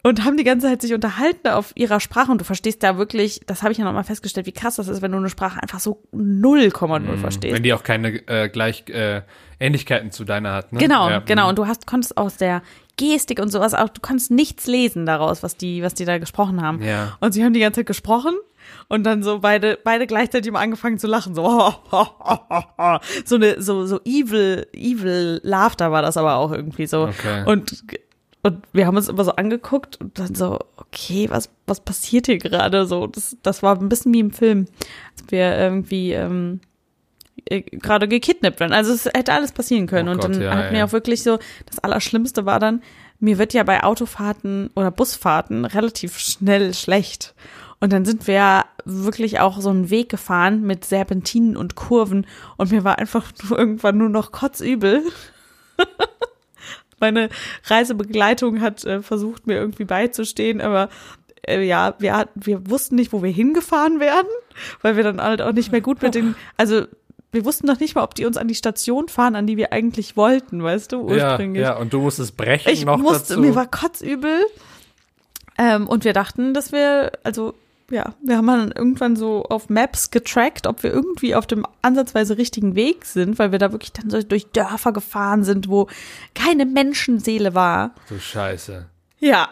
S3: und haben die ganze Zeit sich unterhalten auf ihrer Sprache. Und du verstehst da wirklich, das habe ich ja nochmal festgestellt, wie krass das ist, wenn du eine Sprache einfach so 0,0 verstehst.
S1: Mhm. Wenn die auch keine äh, gleich äh, Ähnlichkeiten zu deiner hat. Ne?
S3: Genau,
S1: ja.
S3: genau. Und du hast, konntest aus der Gestik und sowas auch, du konntest nichts lesen daraus, was die, was die da gesprochen haben.
S1: Ja.
S3: Und sie haben die ganze Zeit gesprochen und dann so beide, beide gleichzeitig mal angefangen zu lachen. So, [laughs] so eine, so, so evil, evil Laughter war das aber auch irgendwie so.
S1: Okay.
S3: Und, und wir haben uns immer so angeguckt und dann so, okay, was, was passiert hier gerade? So, das, das war ein bisschen wie im Film, als wir irgendwie, ähm, äh, gerade gekidnappt werden. Also es hätte alles passieren können.
S1: Oh
S3: und
S1: Gott,
S3: dann
S1: ja,
S3: hat mir
S1: ja.
S3: auch wirklich so, das Allerschlimmste war dann, mir wird ja bei Autofahrten oder Busfahrten relativ schnell schlecht. Und dann sind wir ja wirklich auch so einen Weg gefahren mit Serpentinen und Kurven und mir war einfach [laughs] nur irgendwann nur noch kotzübel. [laughs] Meine Reisebegleitung hat äh, versucht, mir irgendwie beizustehen, aber äh, ja, wir, hat- wir wussten nicht, wo wir hingefahren werden, weil wir dann halt auch nicht mehr gut mit den, also wir wussten noch nicht mal, ob die uns an die Station fahren, an die wir eigentlich wollten, weißt du,
S1: Ja,
S3: ursprünglich.
S1: ja, und du musstest brechen
S3: Ich
S1: noch
S3: musste,
S1: dazu.
S3: mir war kotzübel. Ähm, und wir dachten, dass wir, also ja, wir haben dann irgendwann so auf Maps getrackt, ob wir irgendwie auf dem ansatzweise richtigen Weg sind, weil wir da wirklich dann so durch Dörfer gefahren sind, wo keine Menschenseele war.
S1: du Scheiße.
S3: Ja,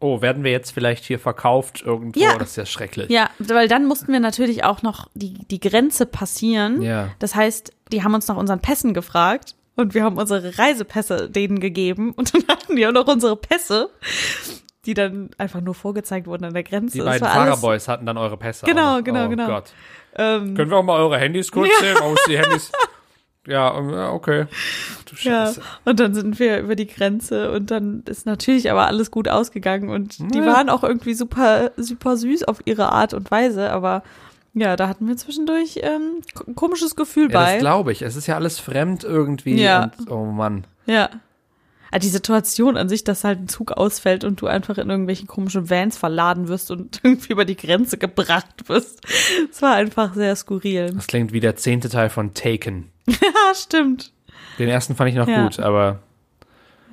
S1: Oh, werden wir jetzt vielleicht hier verkauft irgendwo?
S3: Ja.
S1: Das ist ja schrecklich.
S3: ja, weil dann mussten wir natürlich auch noch die, die Grenze passieren.
S1: Ja.
S3: Das heißt, die haben uns nach unseren Pässen gefragt und wir haben unsere Reisepässe denen gegeben und dann [laughs] hatten die auch noch unsere Pässe, die dann einfach nur vorgezeigt wurden an der Grenze.
S1: Die
S3: Es
S1: beiden
S3: war alles-
S1: Fahrerboys hatten dann eure Pässe.
S3: Genau,
S1: auch noch.
S3: genau,
S1: oh,
S3: genau.
S1: Gott.
S3: Ähm,
S1: Können wir auch mal eure Handys kurz
S3: Ja.
S1: sehen? Man muss die Handys.
S3: [laughs]
S1: Ja, ähm, ja, okay. Du
S3: ja,
S1: Scheiße.
S3: und dann sind wir über die Grenze und dann ist natürlich aber alles gut ausgegangen und die
S1: Ja.
S3: waren auch irgendwie super, super süß auf ihre Art und Weise, aber ja, da hatten wir zwischendurch ähm, ko- ein komisches Gefühl
S1: Ja, das
S3: bei.
S1: glaube ich. Es ist ja alles fremd irgendwie.
S3: Ja.
S1: Und, oh Mann.
S3: Ja. Ah, Die Situation an sich, dass halt ein Zug ausfällt und du einfach in irgendwelchen komischen Vans verladen wirst und [laughs] irgendwie über die Grenze gebracht wirst. Es war einfach sehr
S1: [laughs]
S3: skurril.
S1: Das klingt wie der zehnte Teil von Taken.
S3: Ja, stimmt.
S1: Den ersten fand ich noch
S3: Ja.
S1: gut, aber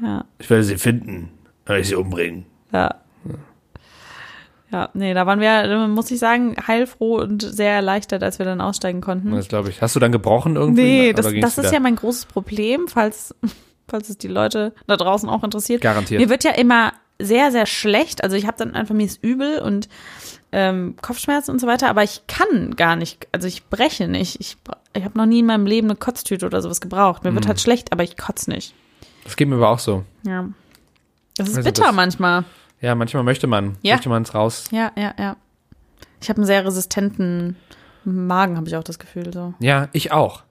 S3: Ja,
S1: ich werde sie finden. Werde ich sie umbringen.
S3: ja. Ja, nee, da waren wir, äh, muss ich sagen, heilfroh und sehr erleichtert, als wir dann aussteigen konnten.
S1: Das glaube ich. Hast du dann gebrochen irgendwie?
S3: Nee,
S1: Oder
S3: das,
S1: ging's
S3: das ist
S1: wieder?
S3: ja mein großes Problem, falls, [laughs] falls es die Leute da draußen auch interessiert.
S1: Garantiert.
S3: Mir wird ja immer sehr, sehr schlecht. Also ich habe dann einfach, mir ist übel und ähm, Kopfschmerzen und so weiter, aber ich kann gar nicht, also ich breche nicht. Ich, ich habe noch nie in meinem Leben eine Kotztüte oder sowas gebraucht. Mir wird
S1: Mhm.
S3: halt schlecht, aber ich kotze nicht.
S1: Das geht mir aber auch so.
S3: Ja. Das ist
S1: Also
S3: bitter
S1: das-
S3: manchmal.
S1: Ja, manchmal möchte man.
S3: Ja.
S1: Möchte man es raus.
S3: Ja, ja, ja. Ich habe einen sehr resistenten Magen, habe ich auch das Gefühl so.
S1: Ja, ich auch.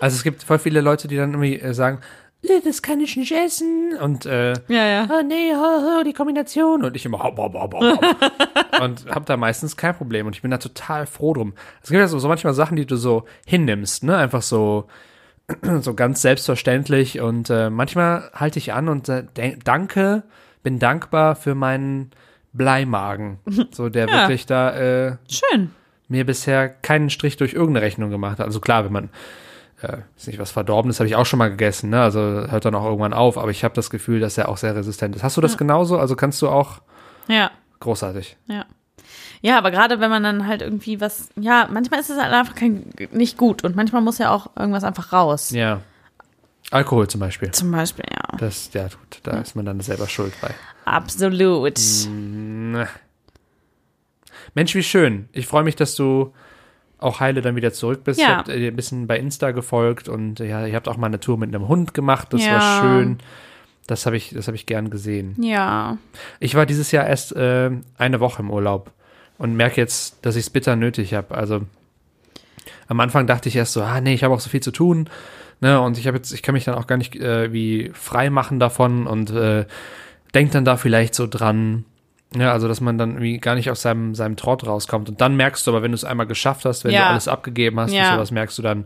S1: Also es gibt voll viele Leute, die dann irgendwie äh, sagen, nee, das kann ich nicht essen. Und äh,
S3: Ja, ja.
S1: ah, nee, ha, ha, die Kombination. Und ich immer hopp, hopp, hopp,
S3: [laughs]
S1: hopp, hopp. Und hab da meistens kein Problem. Und ich bin da total froh drum. Es gibt ja so, so manchmal Sachen, die du so hinnimmst, ne? Einfach so, [clears throat] so ganz selbstverständlich. Und äh, manchmal halte ich an und äh, denk- danke, bin dankbar für meinen
S3: [laughs]
S1: Bleimagen. So, der
S3: Ja.
S1: wirklich da äh,
S3: Schön.
S1: mir bisher keinen Strich durch irgendeine Rechnung gemacht hat. Also klar, wenn man äh, ist nicht was verdorbenes, habe ich auch schon mal gegessen, ne? Also hört dann auch irgendwann auf, aber ich habe das Gefühl, dass er auch sehr resistent ist. Hast du das genauso? Also kannst du auch
S3: Ja.
S1: großartig.
S3: Ja. Ja, aber gerade wenn man dann halt irgendwie was, ja, manchmal ist es halt einfach kein, nicht gut und manchmal muss ja auch irgendwas einfach raus.
S1: Ja. Alkohol zum Beispiel.
S3: Zum Beispiel, ja.
S1: Das, ja gut, da ist man dann selber schuld bei.
S3: Absolut.
S1: Mhm. Na. Mensch, wie schön. Ich freue mich, dass du auch heile dann wieder zurück bist. Ich
S3: Ja.
S1: habe dir ein bisschen bei Insta gefolgt und ja, ihr habt auch mal eine Tour mit einem Hund gemacht. Das war
S3: Ja.
S1: schön. Das habe ich, das habe ich gern gesehen.
S3: Ja.
S1: Ich war dieses Jahr erst äh, eine Woche im Urlaub und merke jetzt, dass ich es bitter nötig habe. Also am Anfang dachte ich erst so, ah nee, ich habe auch so viel zu tun. Ne, und ich habe jetzt, ich kann mich dann auch gar nicht äh, wie frei machen davon und äh, denkt dann da vielleicht so dran. Ja, also dass man dann irgendwie gar nicht aus seinem, seinem Trott rauskommt. Und dann merkst du aber, wenn du es einmal geschafft hast, wenn du
S3: Ja.
S1: alles abgegeben hast und
S3: Ja.
S1: sowas, merkst du dann,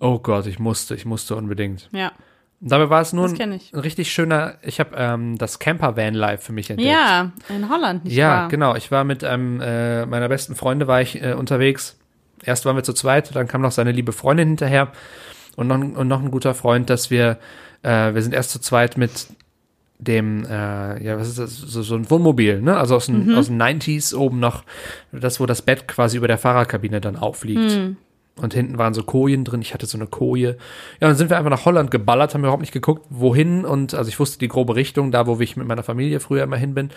S1: oh Gott, ich musste, ich musste unbedingt.
S3: Ja.
S1: Dabei war es nur
S3: Das
S1: ein,
S3: kenn ich.
S1: ein richtig schöner, ich habe ähm, das Camper-Van-Life für mich entdeckt.
S3: Ja, in Holland, nicht
S1: Ja,
S3: wahr?
S1: genau. Ich war mit einem äh, meiner besten Freunde war ich äh, unterwegs. Erst waren wir zu zweit, dann kam noch seine liebe Freundin hinterher und noch, ein- und noch ein guter Freund, dass wir, äh, wir sind erst zu zweit mit dem, äh, ja, was ist das, so, so ein Wohnmobil, ne? Also aus den, aus den 90s oben noch, das, wo das Bett quasi über der Fahrerkabine dann aufliegt. Und hinten waren so Kojen drin. Ich hatte so eine Koje. Ja, dann sind wir einfach nach Holland geballert, haben überhaupt nicht geguckt, wohin. Und also ich wusste die grobe Richtung, da wo ich mit meiner Familie früher immer hin bin.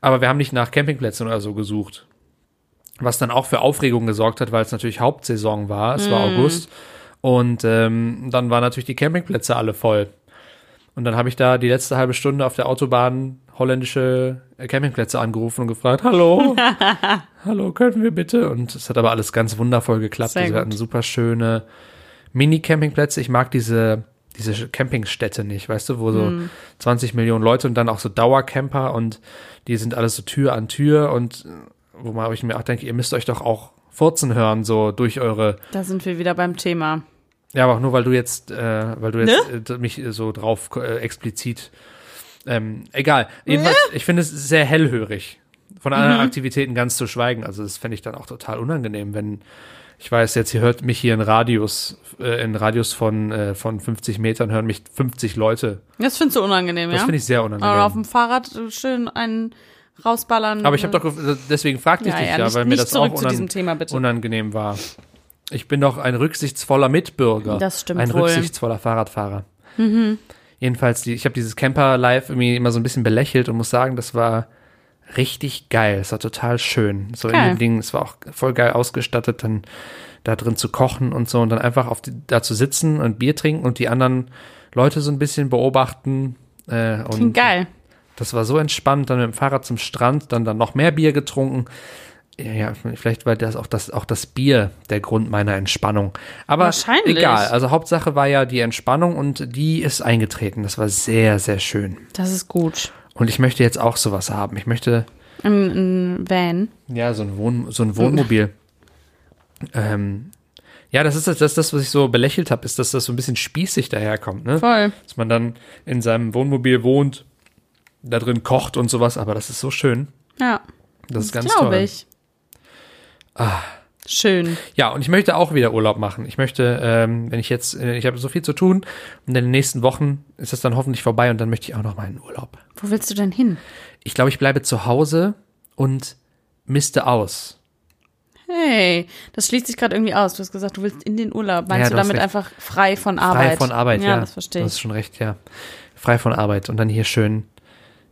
S1: Aber wir haben nicht nach Campingplätzen oder so gesucht. Was dann auch für Aufregung gesorgt hat, weil es natürlich Hauptsaison war. Es
S3: Mhm.
S1: war August. Und ähm, dann waren natürlich die Campingplätze alle voll. Und dann habe ich da die letzte halbe Stunde auf der Autobahn holländische äh, Campingplätze angerufen und gefragt,
S3: [laughs]
S1: hallo, hallo, könnten wir bitte? Und es hat aber alles ganz wundervoll geklappt.
S3: Sehr
S1: also wir
S3: gut.
S1: hatten super schöne Mini-Campingplätze. Ich mag diese, diese Campingstätte nicht, weißt du, wo so
S3: Mhm.
S1: 20 Millionen Leute und dann auch so Dauercamper und die sind alles so Tür an Tür und äh, wo man- wo ich mir auch denke, ihr müsst euch doch auch furzen hören, so durch eure
S3: Da sind wir wieder beim Thema.
S1: ja, aber auch nur, weil du jetzt, äh, weil du jetzt
S3: Ne?
S1: äh, mich äh, so drauf äh, explizit. Ähm, egal. Jedenfalls, ich finde es sehr hellhörig. Von anderen
S3: Mhm.
S1: Aktivitäten ganz zu schweigen. Also das fände ich dann auch total unangenehm, wenn ich weiß, jetzt hier hört mich hier in Radius, äh, in Radius von, äh, von 50 Metern hören mich 50 Leute.
S3: Das findest du unangenehm,
S1: Das
S3: ja?
S1: finde ich sehr
S3: Aber auf
S1: unangenehm.
S3: dem Fahrrad schön einen rausballern.
S1: Aber ich habe doch, gef- deswegen fragte ich
S3: äh, Ja,
S1: dich ja,
S3: ja, nicht-
S1: weil mir
S3: nicht
S1: das auch
S3: zurück zu
S1: unan
S3: diesem Thema, bitte.
S1: unangenehm war. Ich bin doch ein rücksichtsvoller Mitbürger.
S3: Das stimmt
S1: Ein
S3: wohl. Mhm.
S1: rücksichtsvoller Fahrradfahrer. Jedenfalls, die, ich habe dieses Camper Live irgendwie immer so ein bisschen belächelt und muss sagen, das war richtig geil. Es war total schön. So in
S3: Geil.
S1: dem Ding, es war auch voll geil ausgestattet, dann da drin zu kochen und so und dann einfach auf die, da zu sitzen und Bier trinken und die anderen Leute so ein bisschen beobachten. Äh, und
S3: Klingt geil.
S1: das war so entspannt, dann mit dem Fahrrad zum Strand, dann, dann noch mehr Bier getrunken. Ja, ja, vielleicht war das auch, das auch das Bier der Grund meiner Entspannung. Aber
S3: Wahrscheinlich.
S1: egal, also Hauptsache war ja die Entspannung und die ist eingetreten. Das war sehr, sehr schön.
S3: Das ist gut.
S1: Und ich möchte jetzt auch sowas haben. Ich möchte,
S3: Ein, ein Van.
S1: ja, so ein, Wohn so
S3: [laughs]
S1: ein Wohnmobil. ähm, ja, das ist das, das, das, was ich so belächelt habe, ist, dass das so ein bisschen spießig daherkommt. Ne?
S3: Voll.
S1: dass man dann in seinem Wohnmobil wohnt, da drin kocht und sowas, aber das ist so schön.
S3: Ja.
S1: Das ist ganz
S3: Glaube
S1: toll. Ah.
S3: ich. Schön.
S1: Ja, und ich möchte auch wieder Urlaub machen. Ich möchte, ähm, wenn ich jetzt, äh, ich habe so viel zu tun und in den nächsten Wochen ist das dann hoffentlich vorbei und dann möchte ich auch noch mal in Urlaub.
S3: Wo willst du denn hin?
S1: Ich glaube, ich bleibe zu Hause und miste aus.
S3: Hey, das schließt sich gerade irgendwie aus. Du hast gesagt, du willst in den Urlaub.
S1: Ja,
S3: Meinst
S1: du
S3: du
S1: hast
S3: damit
S1: recht.
S3: einfach frei von Arbeit?
S1: Frei von Arbeit, ja.
S3: Ja, das verstehe
S1: Du
S3: ich.
S1: hast schon recht, ja. Frei von Arbeit und dann hier schön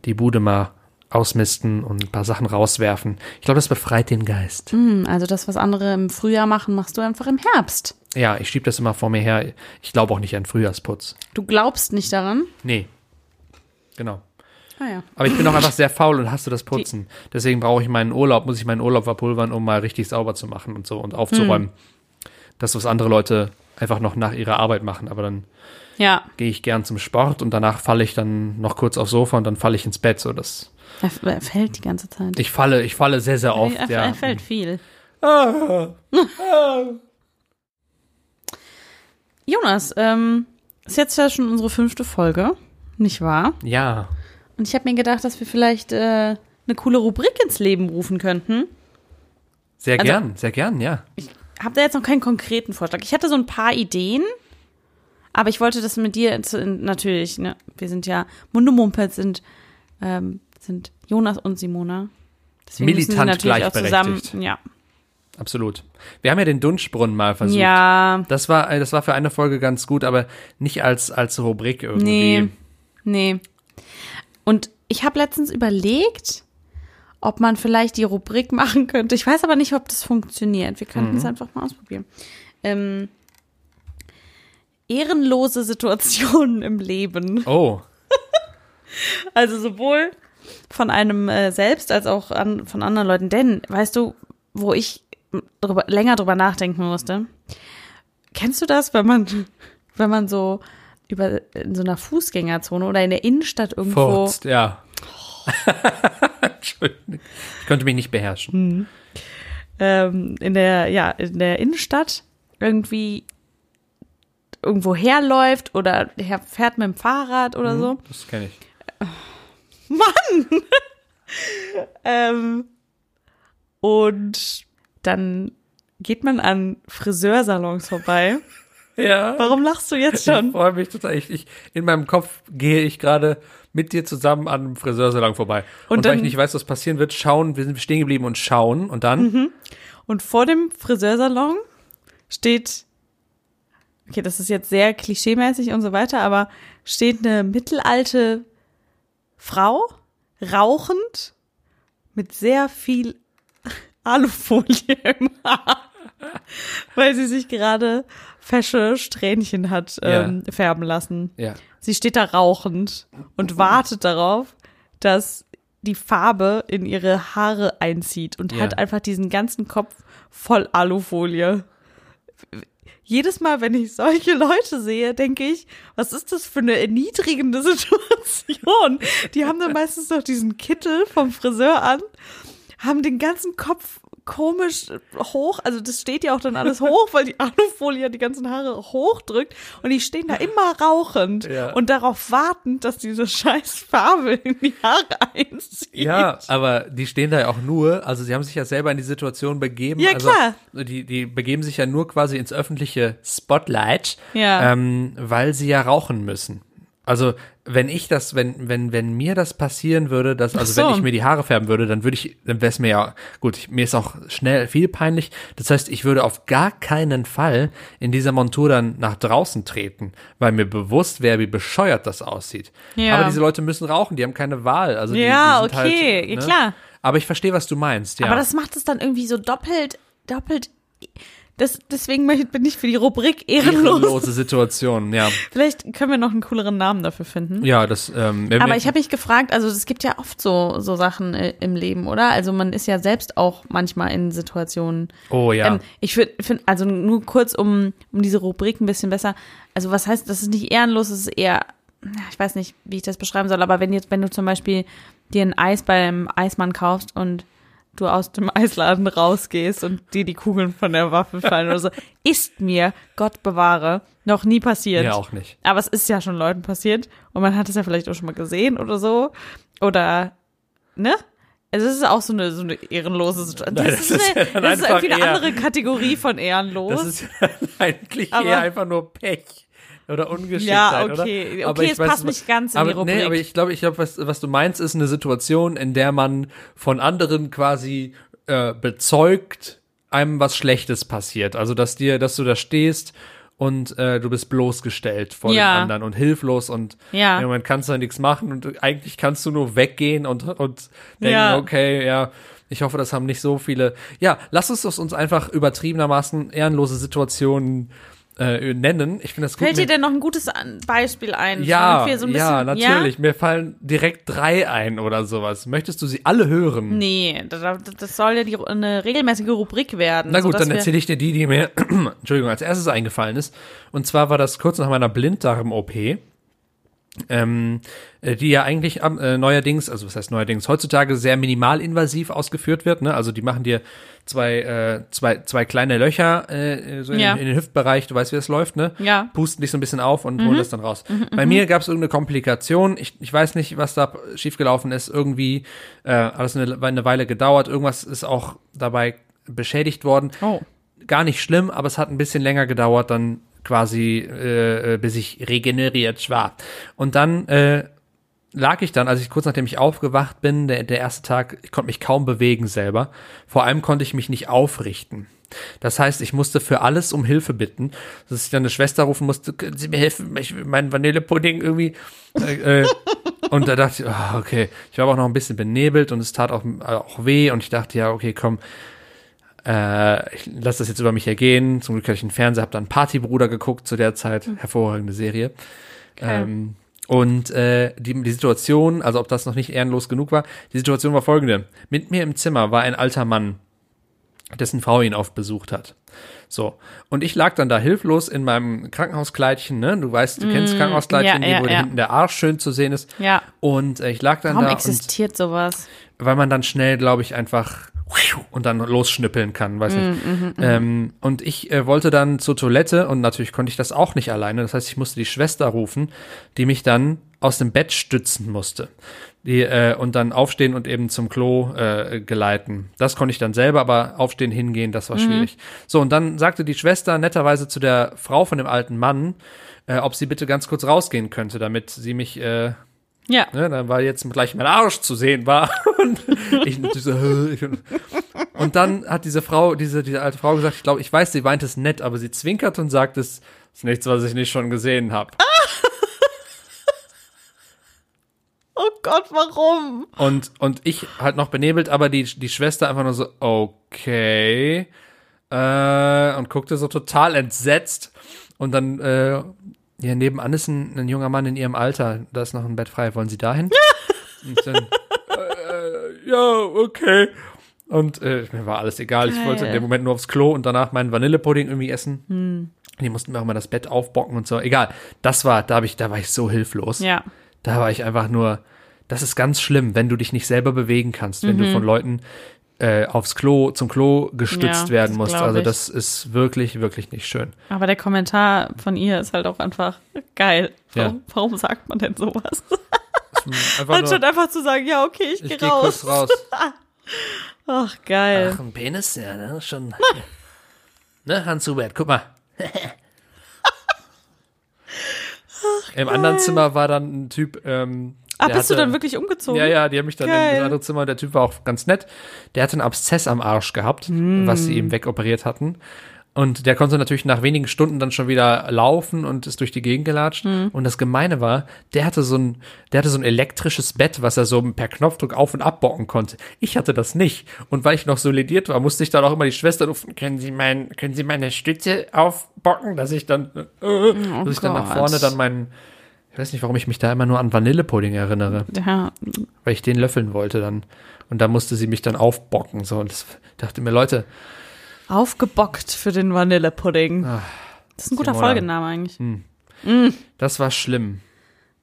S1: die Bude mal ausmisten und ein paar Sachen rauswerfen. Ich glaube, das befreit den Geist.
S3: Hm, also das, was andere im Frühjahr machen, machst du einfach im Herbst.
S1: Ja, ich schiebe das immer vor mir her. Ich glaube auch nicht an Frühjahrsputz.
S3: Du glaubst nicht daran.
S1: Nee. Genau.
S3: Ah ja.
S1: Aber ich
S3: [clears throat]
S1: bin auch einfach sehr faul und hasse das Putzen. Deswegen brauche ich meinen Urlaub, muss ich meinen Urlaub verpulvern, um mal richtig sauber zu machen
S3: Hm.
S1: und so und aufzuräumen. Das, was andere Leute einfach noch nach ihrer Arbeit machen, aber dann
S3: Ja.
S1: gehe ich gern zum Sport und danach falle ich dann noch kurz aufs Sofa und dann falle ich ins Bett. So, das,
S3: Er, f- er fällt die ganze Zeit.
S1: ich falle, ich falle sehr, sehr oft.
S3: er,
S1: ja. Ah.
S3: er fällt viel. [laughs] Jonas, ähm, ist jetzt ja schon unsere fünfte Folge, nicht wahr?
S1: ja.
S3: Und ich habe mir gedacht, dass wir vielleicht äh, eine coole Rubrik ins Leben rufen könnten.
S1: Sehr
S3: Also-
S1: gern, sehr gern, ja.
S3: Habt da jetzt noch keinen konkreten Vorschlag? Ich hatte so ein paar Ideen, aber ich wollte das mit dir jetzt, äh, natürlich, ne? Wir sind ja Munde Mumpet sind, ähm, sind Jonas und Simona. Deswegen müssen sie
S1: Militant
S3: natürlich auch zusammen.
S1: gleichberechtigt.
S3: Ja.
S1: Absolut. Wir haben ja den Dunstbrunnen mal versucht.
S3: Ja,
S1: Das war, das war für eine Folge ganz gut, aber nicht als, als Rubrik irgendwie.
S3: nee. Nee. Und ich habe letztens überlegt, ob man vielleicht die Rubrik machen könnte. Ich weiß aber nicht, ob das funktioniert. Wir könnten
S1: Mhm.
S3: es einfach mal ausprobieren. Ähm, ehrenlose Situationen im Leben.
S1: Oh,
S3: Also sowohl von einem äh, selbst als auch an, von anderen Leuten. Denn, weißt du, wo ich drüber, länger drüber nachdenken musste, kennst du das, wenn man, [laughs] wenn man so über in so einer Fußgängerzone oder in der Innenstadt irgendwo.
S1: furzt, ja. [laughs] Entschuldigung. Ich konnte mich nicht beherrschen.
S3: Hm. ähm, in der, ja, in der Innenstadt irgendwie irgendwo herläuft oder her fährt mit dem Fahrrad oder so.
S1: Das kenne ich.
S3: Ähm, und dann geht man an Friseursalons vorbei.
S1: Ja.
S3: Warum lachst du jetzt
S1: Ich
S3: schon?
S1: freue mich total. Ich, ich, in meinem Kopf gehe ich gerade mit dir zusammen an einem Friseursalon vorbei. Und,
S3: Und
S1: weil
S3: dann-
S1: ich nicht weiß, was passieren wird, schauen, wir sind stehen geblieben und schauen und dann,
S3: Mhm. Und vor dem Friseursalon steht, okay, das ist jetzt sehr klischeemäßig und so weiter, aber steht eine mittelalte Frau, rauchend, mit sehr viel [laughs] Alufolie im Haar, weil sie sich gerade fesche Strähnchen hat
S1: Ja.
S3: ähm, färben lassen.
S1: ja.
S3: Sie steht da rauchend und wartet darauf, dass die Farbe in ihre Haare einzieht und
S1: Ja.
S3: hat einfach diesen ganzen Kopf voll Alufolie. Jedes Mal, wenn ich solche Leute sehe, denke ich, was ist das für eine erniedrigende [laughs] Situation? Die haben dann meistens noch diesen Kittel vom Friseur an, haben den ganzen Kopf komisch hoch, also das steht ja auch dann alles hoch, weil die [laughs] Alufolie ja die ganzen Haare hochdrückt und die stehen da immer rauchend
S1: Ja.
S3: und darauf wartend, dass diese scheiß Farbe in die Haare einzieht.
S1: Ja, aber die stehen da ja auch nur, also sie haben sich ja selber in die Situation begeben.
S3: Ja,
S1: also
S3: klar.
S1: Die, die begeben sich ja nur quasi ins öffentliche Spotlight,
S3: Ja.
S1: ähm, weil sie ja rauchen müssen. Also wenn ich das, wenn, wenn, wenn mir das passieren würde, dass, also
S3: so.
S1: wenn ich mir die Haare färben würde, dann würde ich, dann wäre es mir ja, gut, ich, mir ist auch schnell viel peinlich. Das heißt, ich würde auf gar keinen Fall in dieser Montur dann nach draußen treten, weil mir bewusst wäre, wie bescheuert das aussieht.
S3: Ja.
S1: Aber diese Leute müssen rauchen, die haben keine Wahl. Also die,
S3: Ja,
S1: die sind
S3: okay,
S1: halt,
S3: ja, klar.
S1: Aber ich verstehe, was du meinst, ja.
S3: Aber das macht es dann irgendwie so doppelt, doppelt. Das, deswegen möchte- bin ich für die Rubrik ehrenlos.
S1: Ehrenlose Situation, ja.
S3: Vielleicht können wir noch einen cooleren Namen dafür finden.
S1: Ja, das, ähm, wenn
S3: Aber
S1: wir-
S3: ich habe mich gefragt, also es gibt ja oft so, so Sachen äh, im Leben, oder? Also man ist ja selbst auch manchmal in Situationen.
S1: Oh ja.
S3: Ähm, ich finde, find, also nur kurz um, um diese Rubrik ein bisschen besser. Also was heißt, das ist nicht ehrenlos, es ist eher, ja, ich weiß nicht, wie ich das beschreiben soll, aber wenn jetzt, wenn du zum Beispiel dir ein Eis beim Eismann kaufst und du aus dem [laughs] Eisladen rausgehst und dir die Kugeln von der Waffe fallen oder so, ist mir, Gott bewahre, noch nie passiert.
S1: Mir auch nicht.
S3: Aber es ist ja schon Leuten passiert und man hat es ja vielleicht auch schon mal gesehen oder so. Oder, ne? Also es ist auch so eine, so eine ehrenlose Situation.
S1: Nein,
S3: das,
S1: das ist
S3: ist, eine,
S1: ja dann
S3: das ist
S1: einfach
S3: irgendwie eine
S1: eher-
S3: andere Kategorie von ehrenlos.
S1: das ist [laughs] eigentlich
S3: Aber-
S1: eher einfach nur Pech. Oder Ungeschicktheit,
S3: Ja,
S1: oder?
S3: okay. Okay,
S1: Aber ich
S3: es
S1: weiß,
S3: passt
S1: was-
S3: nicht ganz in
S1: aber,
S3: die Rubrik.
S1: Nee, aber ich glaube, ich glaube, was, was du meinst, ist eine Situation, in der man von anderen quasi äh, bezeugt, einem was Schlechtes passiert. Also dass dir, dass du da stehst und äh, du bist bloßgestellt vor
S3: Ja.
S1: den anderen und hilflos und
S3: Ja.
S1: im Moment kannst du da nichts machen und eigentlich kannst du nur weggehen und, und denken, oh
S3: Ja.
S1: okay, ja, ich hoffe, das haben nicht so viele. Ja, lass uns das uns einfach übertriebenermaßen ehrenlose Situationen äh, nennen. Ich finde das gut.
S3: Fällt
S1: mir-
S3: dir denn noch ein gutes An- Beispiel ein?
S1: ja,
S3: Damit wir so ein
S1: ja,
S3: bisschen-
S1: natürlich. Mir fallen direkt drei ein oder sowas. Möchtest du sie alle hören?
S3: Nee, da- da- das soll ja die, eine regelmäßige Rubrik werden.
S1: Na gut,
S3: Ähm, sodass
S1: dann
S3: wir-
S1: erzähle ich dir die, die mir, [clears throat] Entschuldigung, als erstes eingefallen ist. Und zwar war das kurz nach meiner Blinddarm-OP, ähm, äh, die ja eigentlich am- äh, neuerdings, also was heißt neuerdings, heutzutage sehr minimalinvasiv ausgeführt wird. Ne? Also die machen dir zwei, äh, zwei, zwei kleine Löcher äh, so in,
S3: Ja.
S1: den, in den Hüftbereich, du weißt, wie das läuft, ne?
S3: Ja.
S1: Pusten dich so ein bisschen auf und holen das dann raus. Bei mir gab es irgendeine Komplikation. Ich, ich weiß nicht, was da schiefgelaufen ist. Irgendwie äh, hat es eine, eine Weile gedauert. Irgendwas ist auch dabei beschädigt worden
S3: Oh.
S1: gar nicht schlimm, aber es hat ein bisschen länger gedauert, dann quasi, äh, äh, bis ich regeneriert war. Und dann äh, lag ich dann, als ich kurz nachdem ich aufgewacht bin, der, der erste Tag, ich konnte mich kaum bewegen selber. Vor allem konnte ich mich nicht aufrichten. Das heißt, ich musste für alles um Hilfe bitten, dass ich dann eine Schwester rufen musste, können Sie mir helfen, ich will meinen Vanillepudding irgendwie. Äh, äh, und da dachte ich, ah, okay, ich war aber auch noch ein bisschen benebelt und es tat auch, auch weh und ich dachte, ja, okay, komm, äh, ich lasse das jetzt über mich ergehen. Zum Glück hatte ich einen Fernseher, habe dann Partybruder geguckt zu der Zeit.
S3: Mhm.
S1: Hervorragende Serie. Ähm, und äh, die, die Situation, also ob das noch nicht ehrenlos genug war, die Situation war folgende. Mit mir im Zimmer war ein alter Mann, dessen Frau ihn oft besucht hat. So. Und ich lag dann da hilflos in meinem Krankenhauskleidchen, ne? Du weißt, du kennst Krankenhauskleidchen,
S3: Mhm. ja, ja,
S1: die, wo
S3: ja.
S1: hinten der Arsch schön zu sehen ist.
S3: Ja.
S1: Und äh, ich lag dann
S3: Warum
S1: da. und,
S3: existiert sowas?
S1: weil man dann schnell, glaube ich, einfach und dann losschnippeln kann, weiß nicht. ähm, und ich äh, wollte dann zur Toilette und natürlich konnte ich das auch nicht alleine. Das heißt, ich musste die Schwester rufen, die mich dann aus dem Bett stützen musste. Die, äh, und dann aufstehen und eben zum Klo äh, geleiten. Das konnte ich dann selber, aber aufstehen, hingehen, das war schwierig. So, und dann sagte die Schwester netterweise zu der Frau von dem alten Mann, äh, ob sie bitte ganz kurz rausgehen könnte, damit sie mich äh,
S3: Ja.
S1: ne, dann war jetzt gleich mein Arsch zu sehen war. [laughs] Und ich natürlich so, äh, ich, und dann hat diese Frau, diese, diese alte Frau gesagt, ich glaube, ich weiß, sie meint es nett, aber sie zwinkert und sagt, es ist nichts, was ich nicht schon gesehen habe.
S4: Oh Gott, warum?
S1: Und, und ich halt noch benebelt, aber die, die Schwester einfach nur so, okay. Äh, und guckte so total entsetzt. Und dann, äh, ja, nebenan ist ein, ein junger Mann in ihrem Alter. Da ist noch ein Bett frei. Wollen Sie dahin? und dann, äh, ja, okay. Und äh, mir war alles egal. Ich wollte in dem Moment nur aufs Klo und danach meinen Vanillepudding irgendwie essen. Die mussten mir auch mal das Bett aufbocken und so. Egal. Das war, da, hab ich, da war ich so hilflos.
S3: Ja.
S1: Da war ich einfach nur, das ist ganz schlimm, wenn du dich nicht selber bewegen kannst, wenn
S3: Mhm.
S1: du von Leuten äh, aufs Klo, zum Klo gestützt
S3: Ja,
S1: werden
S3: das
S1: musst.
S3: glaub
S1: Also
S3: ich.
S1: das ist wirklich, wirklich nicht schön.
S3: Aber der Kommentar von ihr ist halt auch einfach geil. Warum,
S1: Ja.
S3: warum sagt man denn sowas? [laughs]
S1: Einfach
S3: Anstatt einfach zu sagen, ja, okay, ich,
S1: ich
S3: geh
S1: gehe
S3: raus.
S1: kurz raus.
S3: Ach, geil.
S1: Ach, ein Penis, ja, ne? Schon. ne, Hans Hubert,
S3: [laughs]
S1: guck mal. Im anderen Zimmer war dann ein Typ, ähm,
S3: Ah,
S1: der
S3: bist du
S1: hatte-
S3: dann wirklich umgezogen?
S1: Ja, ja, die haben mich dann in
S3: Geil.
S1: das andere Zimmer. Der Typ war auch ganz nett. Der hatte einen Abszess am Arsch gehabt,
S3: Hm.
S1: was sie ihm wegoperiert hatten. Und der konnte natürlich nach wenigen Stunden dann schon wieder laufen und ist durch die Gegend gelatscht.
S3: Hm.
S1: Und das Gemeine war, der hatte so ein, der hatte so ein elektrisches Bett, was er so per Knopfdruck auf und abbocken konnte. Ich hatte das nicht. Und weil ich noch solidiert war, musste ich dann auch immer die Schwester rufen, können Sie mein, können Sie meine Stütze aufbocken, dass ich dann, äh, dass ich dann nach
S3: Oh Gott.
S1: vorne dann meinen, ich weiß nicht, warum ich mich da immer nur an Vanillepudding erinnere
S3: ja.
S1: weil ich den löffeln wollte dann. Und da musste sie mich dann aufbocken. So. Und das dachte mir, Leute,
S3: Aufgebockt für den Vanillepudding. das ist ein guter
S1: Ah, Simona.
S3: Folgenname eigentlich.
S1: das war schlimm.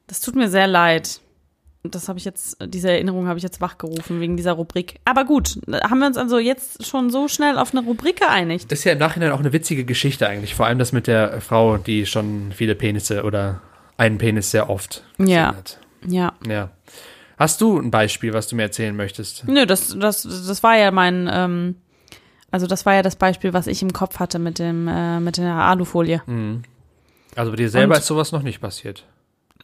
S3: Das tut mir sehr leid. Das habe ich jetzt, diese Erinnerung habe ich jetzt wachgerufen wegen dieser Rubrik. Aber gut, haben wir uns also jetzt schon so schnell auf eine Rubrik geeinigt.
S1: Ist ja im Nachhinein auch eine witzige Geschichte eigentlich. Vor allem das mit der Frau, die schon viele Penisse oder einen Penis sehr oft gesehen
S3: Ja.
S1: hat.
S3: Ja.
S1: Ja. Hast du ein Beispiel, was du mir erzählen möchtest?
S3: Nö, das, das, das war ja mein, ähm, also das war ja das Beispiel, was ich im Kopf hatte mit dem, äh, mit der Alufolie.
S1: Hm. Also bei dir selber
S3: Und-
S1: ist sowas noch nicht passiert.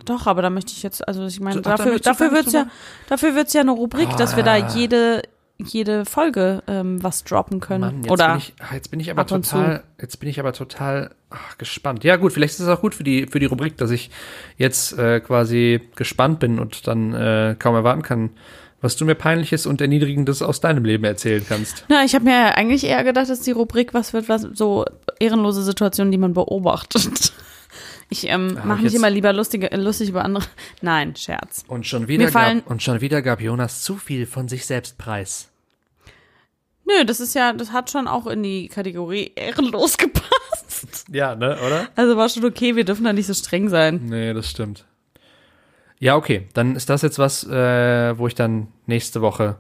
S3: Doch, aber da möchte ich jetzt, also ich meine,
S1: So, ach, da
S3: dafür,
S1: möchtest du
S3: dafür
S1: gar nicht Ah.
S3: wird's ja, dafür wird's ja eine Rubrik, dass wir da jede, jede Folge ähm, was droppen können.
S1: Mann, jetzt,
S3: Oder
S1: bin ich, ah, jetzt bin ich aber
S3: ab und zu.
S1: total, jetzt bin ich aber total ach, gespannt. Ja gut, vielleicht ist es auch gut für die für die Rubrik, dass ich jetzt äh, quasi gespannt bin und dann äh, kaum erwarten kann, was du mir peinliches und erniedrigendes aus deinem Leben erzählen kannst.
S3: Na, ich habe mir eigentlich eher gedacht, dass die Rubrik was wird, was so ehrenlose Situationen, die man beobachtet. [laughs] Ich ähm, mache
S1: hab ich
S3: mich
S1: Ah, jetzt-
S3: immer lieber lustig, äh, lustig über andere. [laughs] Nein, Scherz.
S1: Und schon wieder,
S3: Mir fallen-
S1: gab, und schon wieder gab Jonas zu viel von sich selbst preis.
S3: Nö, das ist ja, das hat schon auch in die Kategorie ehrenlos [laughs] gepasst.
S1: Ja, ne, oder?
S3: Also war schon okay, wir dürfen da nicht so streng sein.
S1: Nee, das stimmt. Ja, okay. Dann ist das jetzt was, äh, wo ich dann nächste Woche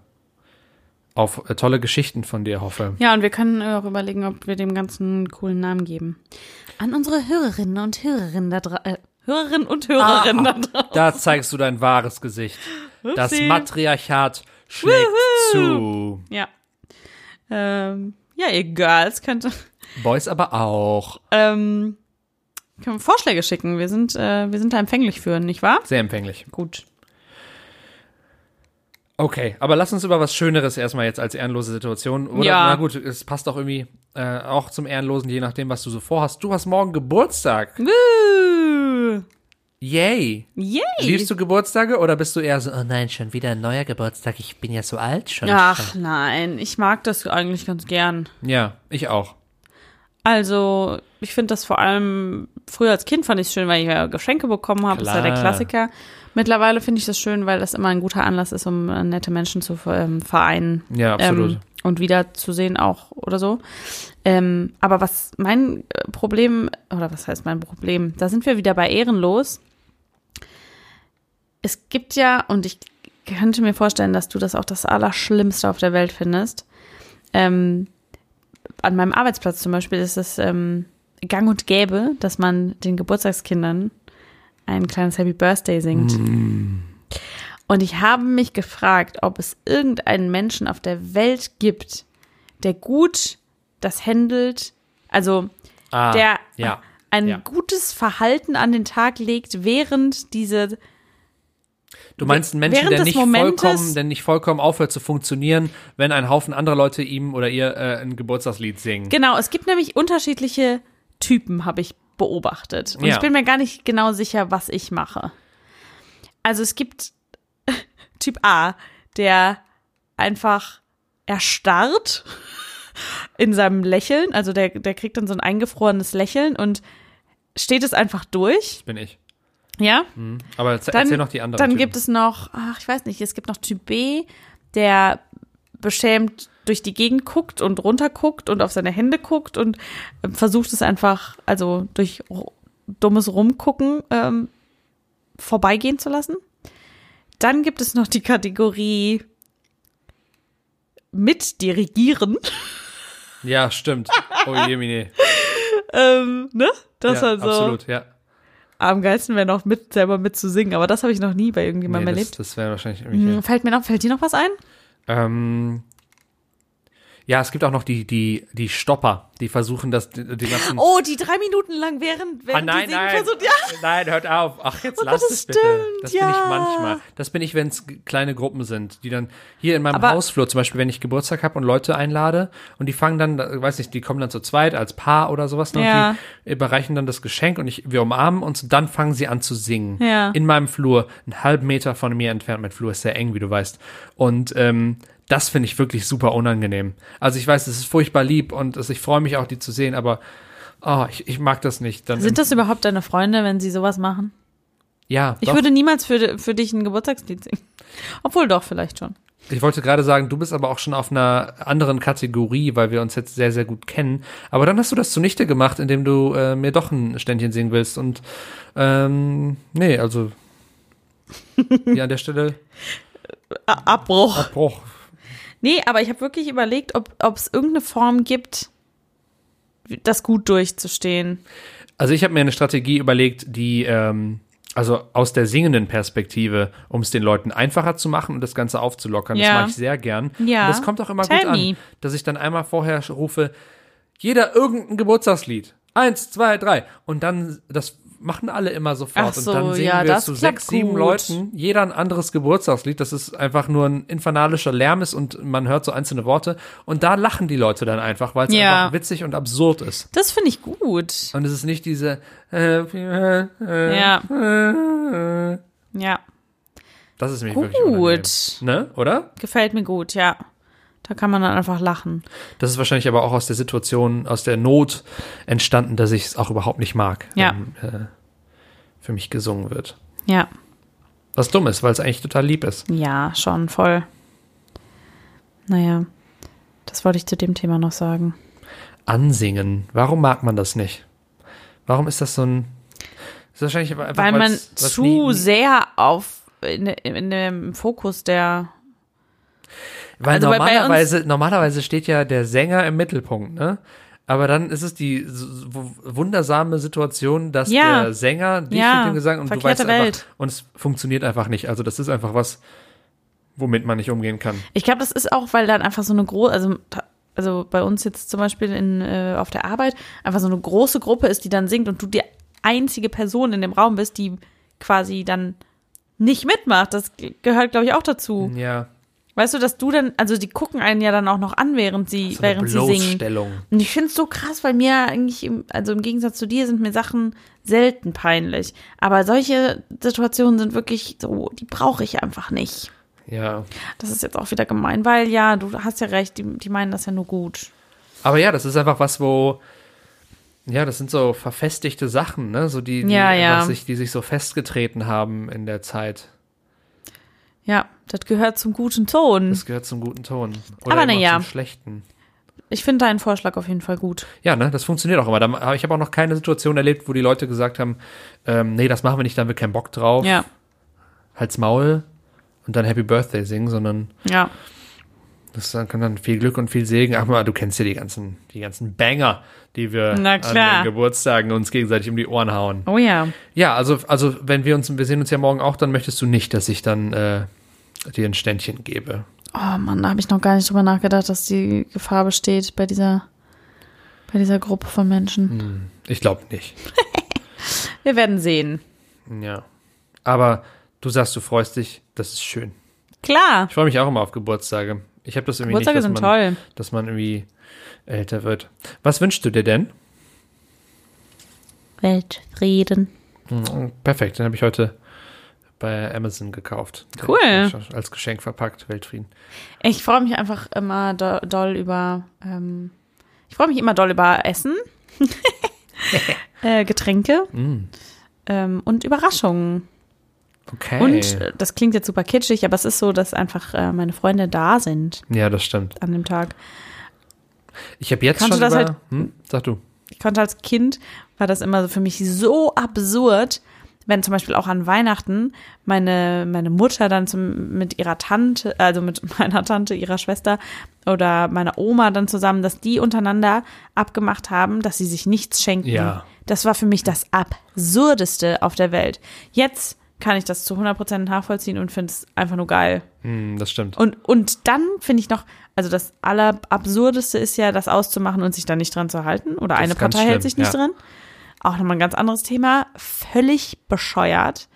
S1: auf äh, tolle Geschichten von dir hoffe.
S3: Ja, und wir können äh, auch überlegen, ob wir dem Ganzen einen coolen Namen geben. An unsere Hörerinnen und Hörerinnen da dra- äh, Hörerinnen und Hörerinnen da draußen.
S1: Da zeigst du dein wahres Gesicht. Das
S3: Oh. Upsi.
S1: Matriarchat schlägt zu.
S3: Ja. Ähm, ja, ihr Girls könnt,
S1: Boys aber auch.
S3: ähm, können Vorschläge schicken. Wir sind, äh, wir sind da empfänglich für, nicht wahr?
S1: Sehr empfänglich.
S3: Gut.
S1: Okay, aber lass uns über was Schöneres erstmal jetzt als ehrenlose Situation. Oder,
S3: Ja.
S1: Na gut, es passt auch irgendwie äh, auch zum Ehrenlosen, je nachdem, was du so vorhast. Du hast morgen Geburtstag.
S3: Woo!
S1: Yay.
S3: Yay!
S1: Liebst du Geburtstage oder bist du eher so, oh nein, schon wieder ein neuer Geburtstag, ich bin ja so alt schon?
S3: Ach nein, ich mag das eigentlich ganz gern.
S1: Ja, ich auch.
S3: Also, ich finde das vor allem, früher als Kind fand ich es schön, weil ich ja Geschenke bekommen habe, ist ja der
S1: Klar.
S3: Klassiker. Mittlerweile finde ich das schön, weil das immer ein guter Anlass ist, um äh, nette Menschen zu ver- ähm, vereinen.
S1: Ja, absolut.
S3: Ähm, und wiederzusehen auch oder so. Ähm, aber was mein äh, Problem, oder was heißt mein Problem, da sind wir wieder bei ehrenlos. Es gibt ja, und ich könnte mir vorstellen, dass du das auch das Allerschlimmste auf der Welt findest. Ähm, an meinem Arbeitsplatz zum Beispiel ist es ähm, gang und gäbe, dass man den Geburtstagskindern ein kleines Happy Birthday singt. Und ich habe mich gefragt, ob es irgendeinen Menschen auf der Welt gibt, der gut das handelt, also
S1: ah,
S3: der
S1: ja.
S3: ein
S1: ja.
S3: gutes Verhalten an den Tag legt, während diese
S1: Du meinst einen Menschen,
S3: während
S1: der
S3: des
S1: nicht,
S3: Momentes-
S1: vollkommen, der nicht vollkommen aufhört zu funktionieren, wenn ein Haufen anderer Leute ihm oder ihr äh, ein Geburtstagslied singen.
S3: Genau, es gibt nämlich unterschiedliche Typen, habe ich beobachtet. Und
S1: Ja.
S3: ich bin mir gar nicht genau sicher, was ich mache. Also es gibt [laughs] Typ A, der einfach erstarrt [laughs] in seinem Lächeln. Also der, der kriegt dann so ein eingefrorenes Lächeln und steht es einfach durch.
S1: Bin ich. Hm.
S3: Ja,
S1: Aber erzähl, erzähl noch die anderen.
S3: dann
S1: Typen.
S3: gibt es noch, ach, ich weiß nicht, es gibt noch Typ B, der beschämt durch die Gegend guckt und runterguckt und auf seine Hände guckt und äh, versucht es einfach, also durch ru- dummes Rumgucken ähm, vorbeigehen zu lassen. Dann gibt es noch die Kategorie mitdirigieren.
S1: Ja, stimmt. Oh je, Mine.
S3: Ähm, [laughs] ne? [laughs] Das
S1: ja,
S3: war so.
S1: Absolut, ja.
S3: Am geilsten wäre noch mit, selber mitzusingen, aber das habe ich noch nie bei
S1: Nee,
S3: irgendjemandem
S1: das
S3: erlebt.
S1: das wäre wahrscheinlich irgendwie.
S3: Hm, Fällt mir noch, fällt dir noch was ein?
S1: Ähm, ja, es gibt auch noch die, die, die Stopper, die versuchen, das, die, die ganzen.
S3: Oh, die drei Minuten lang während, während
S1: Ah, nein,
S3: die singen
S1: nein,
S3: versucht. Ja,
S1: nein, hört auf. Ach, jetzt
S3: Oh Gott,
S1: lasst
S3: das
S1: es bitte.
S3: stimmt,
S1: das
S3: ja.
S1: bin ich manchmal. Das bin ich, wenn es g- kleine Gruppen sind, die dann hier in meinem
S3: Aber-
S1: Hausflur, zum Beispiel, wenn ich Geburtstag habe und Leute einlade und die fangen dann, äh, weiß nicht, die kommen dann zu zweit als Paar oder sowas noch,
S3: Ja.
S1: die überreichen dann das Geschenk und ich, wir umarmen uns und dann fangen sie an zu singen.
S3: Ja.
S1: In meinem Flur, einen halben Meter von mir entfernt. Mein Flur ist sehr eng, wie du weißt. Und ähm, das finde ich wirklich super unangenehm. Also ich weiß, es ist furchtbar lieb und es- ich freue mich auch, die zu sehen, aber oh, ich, ich mag das nicht. Dann
S3: Sind das überhaupt deine Freunde, wenn sie sowas machen?
S1: ja,
S3: Ich
S1: doch.
S3: würde niemals für, für dich ein Geburtstagslied singen. Obwohl doch, vielleicht schon.
S1: Ich wollte gerade sagen, du bist aber auch schon auf einer anderen Kategorie, weil wir uns jetzt sehr, sehr gut kennen. Aber dann hast du das zunichte gemacht, indem du äh, mir doch ein Ständchen singen willst. Und ähm, nee, also hier an der Stelle
S3: Abbruch.
S1: Bruch.
S3: Nee, aber ich habe wirklich überlegt, ob es irgendeine Form gibt, das gut durchzustehen.
S1: Also ich habe mir eine Strategie überlegt, die ähm, also aus der singenden Perspektive, um es den Leuten einfacher zu machen und das Ganze aufzulockern. Das
S3: Ja.
S1: mache ich sehr gern.
S3: Ja.
S1: Und das kommt auch immer
S3: Tell
S1: gut an,
S3: me.
S1: dass ich dann einmal vorher sch- rufe, jeder irgendein Geburtstagslied. Eins, zwei, drei. Und dann, das machen alle immer sofort.
S3: Ach so,
S1: und dann singen
S3: ja,
S1: wir
S3: das
S1: zu
S3: klappt
S1: sechs, sieben
S3: gut.
S1: Leuten, jeder ein anderes Geburtstagslied. Das ist einfach nur ein infernalischer Lärm ist und man hört so einzelne Worte. Und da lachen die Leute dann einfach, weil es
S3: Ja.
S1: einfach witzig und absurd ist.
S3: Das finde ich gut.
S1: Und es ist nicht diese. Äh, äh, äh,
S3: Ja,
S1: äh.
S3: ja.
S1: Das Das ist nämlich wirklich unangenehm.
S3: Gut.
S1: Ne, oder?
S3: Gefällt mir gut, ja. Da kann man dann einfach lachen.
S1: Das ist wahrscheinlich aber auch aus der Situation, aus der Not entstanden, dass ich es auch überhaupt nicht mag,
S3: Ja.
S1: wenn äh, für mich gesungen wird.
S3: Ja.
S1: Was dumm ist, weil es eigentlich total lieb ist.
S3: Ja, schon voll. Naja, das wollte ich zu dem Thema noch sagen.
S1: Ansingen. Warum mag man das nicht? Warum ist das so ein. Ist wahrscheinlich aber einfach,
S3: Weil man
S1: weil's- weil's nie-
S3: zu
S1: nie-
S3: sehr auf in, in dem Fokus der
S1: Weil
S3: also bei- bei uns-
S1: normalerweise, normalerweise steht ja der Sänger im Mittelpunkt, ne? Aber dann ist es die s- s- w- wundersame Situation, dass
S3: Ja.
S1: der Sänger dich
S3: Ja,
S1: mit dem Gesang und du
S3: verkehrte
S1: weißt
S3: Welt.
S1: einfach, und es funktioniert einfach nicht. Also das ist einfach was, womit man nicht umgehen kann.
S3: Ich glaube, das ist auch, weil dann einfach so eine große, also, ta- also bei uns jetzt zum Beispiel in, äh, auf der Arbeit, einfach so eine große Gruppe ist, die dann singt und du die einzige Person in dem Raum bist, die quasi dann nicht mitmacht. Das g- gehört, glaube ich, auch dazu.
S1: Ja,
S3: Weißt du, dass du dann, also die gucken einen ja dann auch noch an, während sie,
S1: so eine
S3: während sie singen.
S1: Bloßstellung.
S3: Und ich finde es so krass, weil mir eigentlich, im, also im Gegensatz zu dir, sind mir Sachen selten peinlich. Aber solche Situationen sind wirklich so, die brauche ich einfach nicht.
S1: Ja.
S3: Das ist jetzt auch wieder gemein, weil ja, du hast ja recht, die, die meinen das ja nur gut.
S1: Aber ja, das ist einfach was, wo ja, das sind so verfestigte Sachen, ne? So die, die,
S3: Ja,
S1: einfach
S3: ja.
S1: Sich, die sich so festgetreten haben in der Zeit.
S3: Ja, das gehört zum guten Ton.
S1: Das gehört zum guten Ton. Oder
S3: Aber
S1: eben
S3: na
S1: auch
S3: ja.
S1: zum schlechten.
S3: Ich finde deinen Vorschlag auf jeden Fall gut.
S1: Ja, ne, das funktioniert auch immer. Da- aber Ich habe auch noch keine Situation erlebt, wo die Leute gesagt haben, ähm, nee, das machen wir nicht, da haben wir keinen Bock drauf.
S3: Ja,
S1: Halt's Maul und dann Happy Birthday singen, sondern
S3: ja.
S1: das dann kann dann viel Glück und viel Segen. Ach mal, du kennst ja die ganzen, die ganzen Banger, die wir
S3: Na
S1: an
S3: klar.
S1: den Geburtstagen uns gegenseitig um die Ohren hauen.
S3: Oh ja.
S1: Ja, also, also wenn wir uns, wir sehen uns ja morgen auch, dann möchtest du nicht, dass ich dann äh, dir ein Ständchen gebe.
S3: Oh Mann, da habe ich noch gar nicht drüber nachgedacht, dass die Gefahr besteht bei dieser, bei dieser Gruppe von Menschen.
S1: Ich glaube nicht.
S3: Wir werden sehen.
S1: Ja. Aber du sagst, du freust dich, das ist schön.
S3: Klar.
S1: Ich freue mich auch immer auf Geburtstage. Ich habe das irgendwie
S3: Geburtstage
S1: nicht,
S3: sind
S1: dass man,
S3: toll.
S1: dass man irgendwie älter wird. Was wünschst du dir denn?
S3: Weltfrieden.
S1: Hm, Perfekt, den habe ich heute bei Amazon gekauft.
S3: Cool.
S1: Als Geschenk verpackt, Weltfrieden.
S3: Ich freue mich einfach immer do, doll über. Ähm, ich freue mich immer doll über Essen, äh, Getränke
S1: Mm,
S3: ähm, und Überraschungen.
S1: Okay.
S3: Und äh, das klingt jetzt super kitschig, aber es ist so, dass einfach äh, meine Freunde da sind
S1: ja, das stimmt.
S3: an dem Tag.
S1: Ich habe jetzt
S3: Kannst
S1: schon
S3: du das
S1: über,
S3: halt-
S1: hm, sag du.
S3: Ich konnte als Kind, war das immer so für mich so absurd, wenn zum Beispiel auch an Weihnachten meine, meine Mutter dann zum, mit ihrer Tante, also mit [laughs] meiner Tante, ihrer Schwester oder meiner Oma dann zusammen, dass die untereinander abgemacht haben, dass sie sich nichts schenken.
S1: Ja.
S3: Das war für mich das Absurdeste auf der Welt. Jetzt kann ich das zu 100% nachvollziehen und finde es einfach nur geil.
S1: Hm, das stimmt.
S3: Und, und dann finde ich noch, also das Allerabsurdeste ist ja, das auszumachen und sich dann nicht dran zu halten. Oder eine
S1: ist ganz
S3: Partei hält
S1: schlimm,
S3: sich nicht
S1: ja.
S3: dran. Auch nochmal ein ganz anderes Thema. Völlig bescheuert.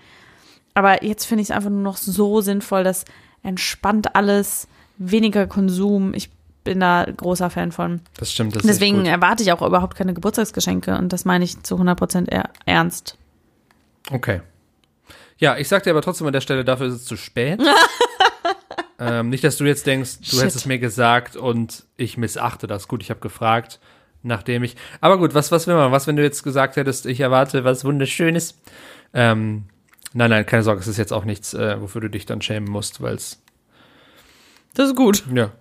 S3: Aber jetzt finde ich es einfach nur noch so sinnvoll, das entspannt alles, weniger Konsum. Ich bin da großer Fan von.
S1: Das stimmt. Das ist echt
S3: Deswegen
S1: gut.
S3: erwarte ich auch überhaupt keine Geburtstagsgeschenke. Und das meine ich zu 100 Prozent ernst.
S1: Okay. Ja, ich sag dir aber trotzdem an der Stelle, dafür ist es zu spät. ähm, nicht, dass du jetzt denkst, du
S3: Shit.
S1: hättest es mir gesagt und ich missachte das. Gut, ich habe gefragt, nachdem ich. Aber gut, was, was will man? Was, wenn du jetzt gesagt hättest, ich erwarte was Wunderschönes? Ähm, nein, nein, keine Sorge, es ist jetzt auch nichts, äh, wofür du dich dann schämen musst, weil es.
S3: Das ist gut.
S1: Ja.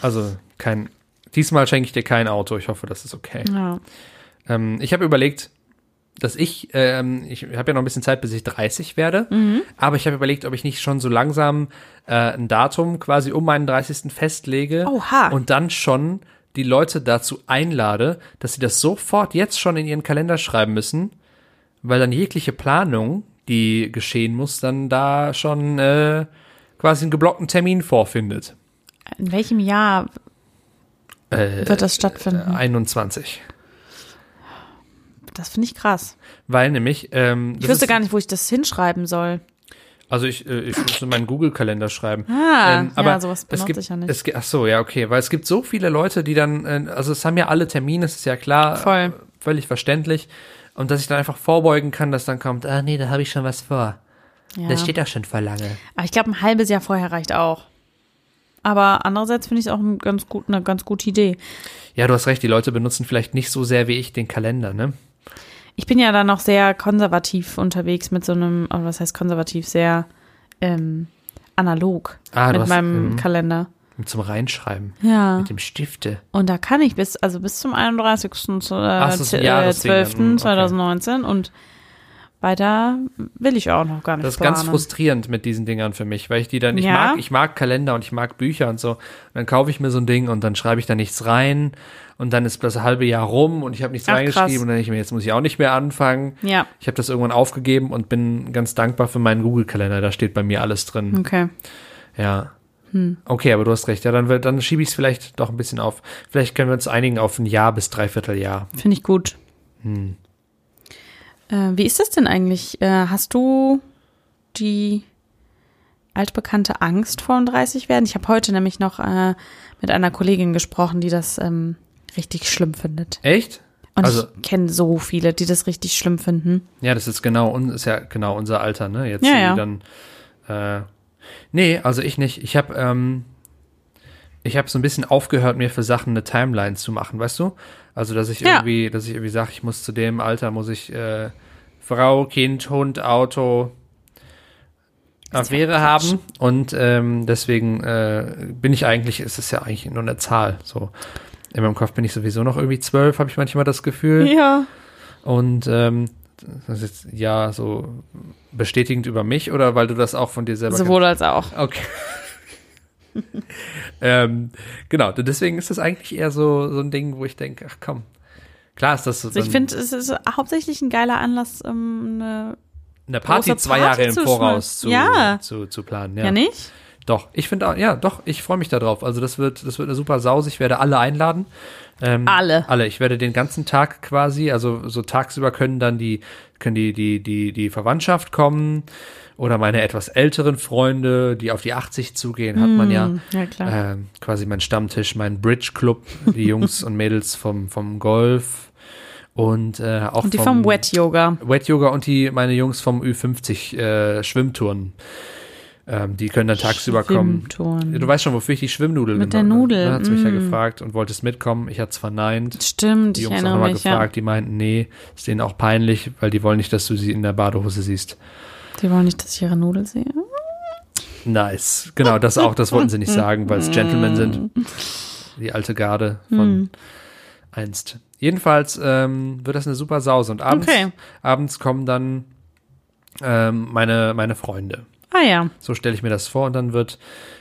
S1: Also, kein. Diesmal schenke ich dir kein Auto. Ich hoffe, das ist okay.
S3: Ja.
S1: Ähm, ich habe überlegt, dass ich, ähm, ich habe ja noch ein bisschen Zeit, bis ich 30 werde,
S3: Mhm.
S1: aber ich habe überlegt, ob ich nicht schon so langsam äh, ein Datum quasi um meinen 30. festlege
S3: Oha.
S1: und dann schon die Leute dazu einlade, dass sie das sofort jetzt schon in ihren Kalender schreiben müssen, weil dann jegliche Planung, die geschehen muss, dann da schon äh, quasi einen geblockten Termin vorfindet.
S3: In welchem Jahr
S1: Äh,
S3: wird das stattfinden?
S1: 21.
S3: Das finde ich krass.
S1: Weil nämlich. Ähm,
S3: Ich wüsste gar nicht, wo ich das hinschreiben soll.
S1: Also ich, äh, ich muss in meinen Google-Kalender schreiben.
S3: Ah,
S1: Ähm,
S3: ja,
S1: aber
S3: sowas
S1: es
S3: benutze
S1: gibt,
S3: ich ja nicht.
S1: Es, gi- ach so, ja, okay, weil es gibt so viele Leute, die dann, äh, also es haben ja alle Termine, es ist ja klar,
S3: Voll.
S1: äh, völlig verständlich. Und dass ich dann einfach vorbeugen kann, dass dann kommt, ah nee, da habe ich schon was vor.
S3: Ja.
S1: Das steht auch schon vor lange.
S3: Aber ich glaube, ein halbes Jahr vorher reicht auch. Aber andererseits finde ich es auch ein ganz gut, eine ganz gute Idee.
S1: Ja, du hast recht, die Leute benutzen vielleicht nicht so sehr wie ich den Kalender, ne?
S3: Ich bin ja dann noch sehr konservativ unterwegs mit so einem, oh, was heißt konservativ, sehr ähm, analog
S1: Ah, du
S3: mit
S1: hast-
S3: meinem
S1: mhm.
S3: Kalender.
S1: Zum Reinschreiben.
S3: Ja.
S1: Mit dem Stifte.
S3: Und da kann ich bis, also bis zum 31. zu- Äh,
S1: es ist ein Jahr,
S3: äh,
S1: deswegen,
S3: 12.
S1: mm, okay.
S3: 2019 und weiter will ich auch noch gar nicht
S1: Das ist
S3: planen.
S1: ganz frustrierend mit diesen Dingern für mich, weil ich die dann, ich
S3: Ja?
S1: mag, ich mag Kalender und ich mag Bücher und so. Und dann kaufe ich mir so ein Ding und dann schreibe ich da nichts rein und dann ist das halbe Jahr rum und ich habe nichts
S3: Ach,
S1: reingeschrieben
S3: krass.
S1: und dann denke ich mir, jetzt muss ich auch nicht mehr anfangen.
S3: Ja,
S1: Ich habe das irgendwann aufgegeben und bin ganz dankbar für meinen Google-Kalender. Da steht bei mir alles drin.
S3: okay.
S1: Ja.
S3: Hm.
S1: Okay, aber du hast recht. Ja, dann, wird- dann schiebe ich es vielleicht doch ein bisschen auf. Vielleicht können wir uns einigen auf ein Jahr bis Dreivierteljahr.
S3: Finde ich gut.
S1: Hm.
S3: Äh, wie ist das denn eigentlich? Äh, hast du die altbekannte Angst vor 30 werden? Ich habe heute nämlich noch äh, mit einer Kollegin gesprochen, die das ähm, richtig schlimm findet.
S1: Echt?
S3: Und
S1: also,
S3: ich kenne so viele, die das richtig schlimm finden.
S1: ja, das ist genau, un- ist ja genau unser Alter, ne? Jetzt
S3: Ja,
S1: die
S3: ja.
S1: dann. Äh, nee, also ich nicht. Ich habe ähm, ich habe so ein bisschen aufgehört, mir für Sachen eine Timeline zu machen, weißt du? Also, dass ich
S3: Ja.
S1: irgendwie, dass ich irgendwie sage, ich muss zu dem Alter, muss ich äh, Frau, Kind, Hund, Auto, Affäre haben. Und ähm, deswegen äh, bin ich eigentlich, es ist ja eigentlich nur eine Zahl. So. In meinem Kopf bin ich sowieso noch irgendwie zwölf, habe ich manchmal das Gefühl.
S3: Ja.
S1: Und ähm, das ist jetzt ja so bestätigend über mich oder weil du das auch von dir selber
S3: Sowohl als auch.
S1: kennst? Okay. [laughs] ähm, genau, deswegen ist das eigentlich eher so, so ein Ding, wo ich denke, ach komm. Klar ist das so
S3: Also ich finde, es ist hauptsächlich ein geiler Anlass, ähm, eine,
S1: eine Party
S3: große
S1: zwei
S3: Party
S1: Jahre im
S3: zu
S1: Voraus zu,
S3: schmeißen. Ja.
S1: zu, zu planen.
S3: ja. nicht?
S1: Doch, ich finde auch, ja, doch, ich freue mich darauf. Also das wird, das wird eine super Sause. Ich werde alle einladen. Ähm,
S3: Alle.
S1: Alle. Ich werde den ganzen Tag quasi, also so tagsüber können dann die, können die, die, die, die Verwandtschaft kommen oder meine etwas älteren Freunde, die auf die 80 zugehen, hat man ja.
S3: Hm, Ja, klar.
S1: Ähm, quasi mein Stammtisch, mein Bridge Club,
S3: [laughs]
S1: die Jungs und Mädels vom, vom Golf und äh, auch
S3: Und die vom Wet Yoga.
S1: Wet Yoga und die meine Jungs vom Ü50 äh, Schwimmturnen. Ähm, die können dann tagsüber kommen.
S3: Schwimmturnen.
S1: Ja, Du weißt schon, wofür ich die Schwimmnudel
S3: Mit der
S1: genommen habe,
S3: Nudel,
S1: Ne? Hat's mich ja
S3: mm.
S1: gefragt und wolltest mitkommen. Ich hatte es verneint.
S3: Stimmt,
S1: Die
S3: ich
S1: Jungs auch
S3: erinnere
S1: nochmal
S3: mich, ja.
S1: gefragt. Die meinten, nee, ist denen auch peinlich, weil die wollen nicht, dass du sie in der Badehose siehst.
S3: Die wollen nicht, dass ich ihre Nudel sehe.
S1: Nice. Genau, das auch. Das wollten sie nicht sagen, weil es Gentlemen sind. Die alte Garde von
S3: Hm.
S1: einst. Jedenfalls ähm, wird das eine super Sause. Und abends,
S3: Okay.
S1: abends kommen dann ähm, meine, meine Freunde.
S3: Ah ja.
S1: So stelle ich mir das vor. Und dann wird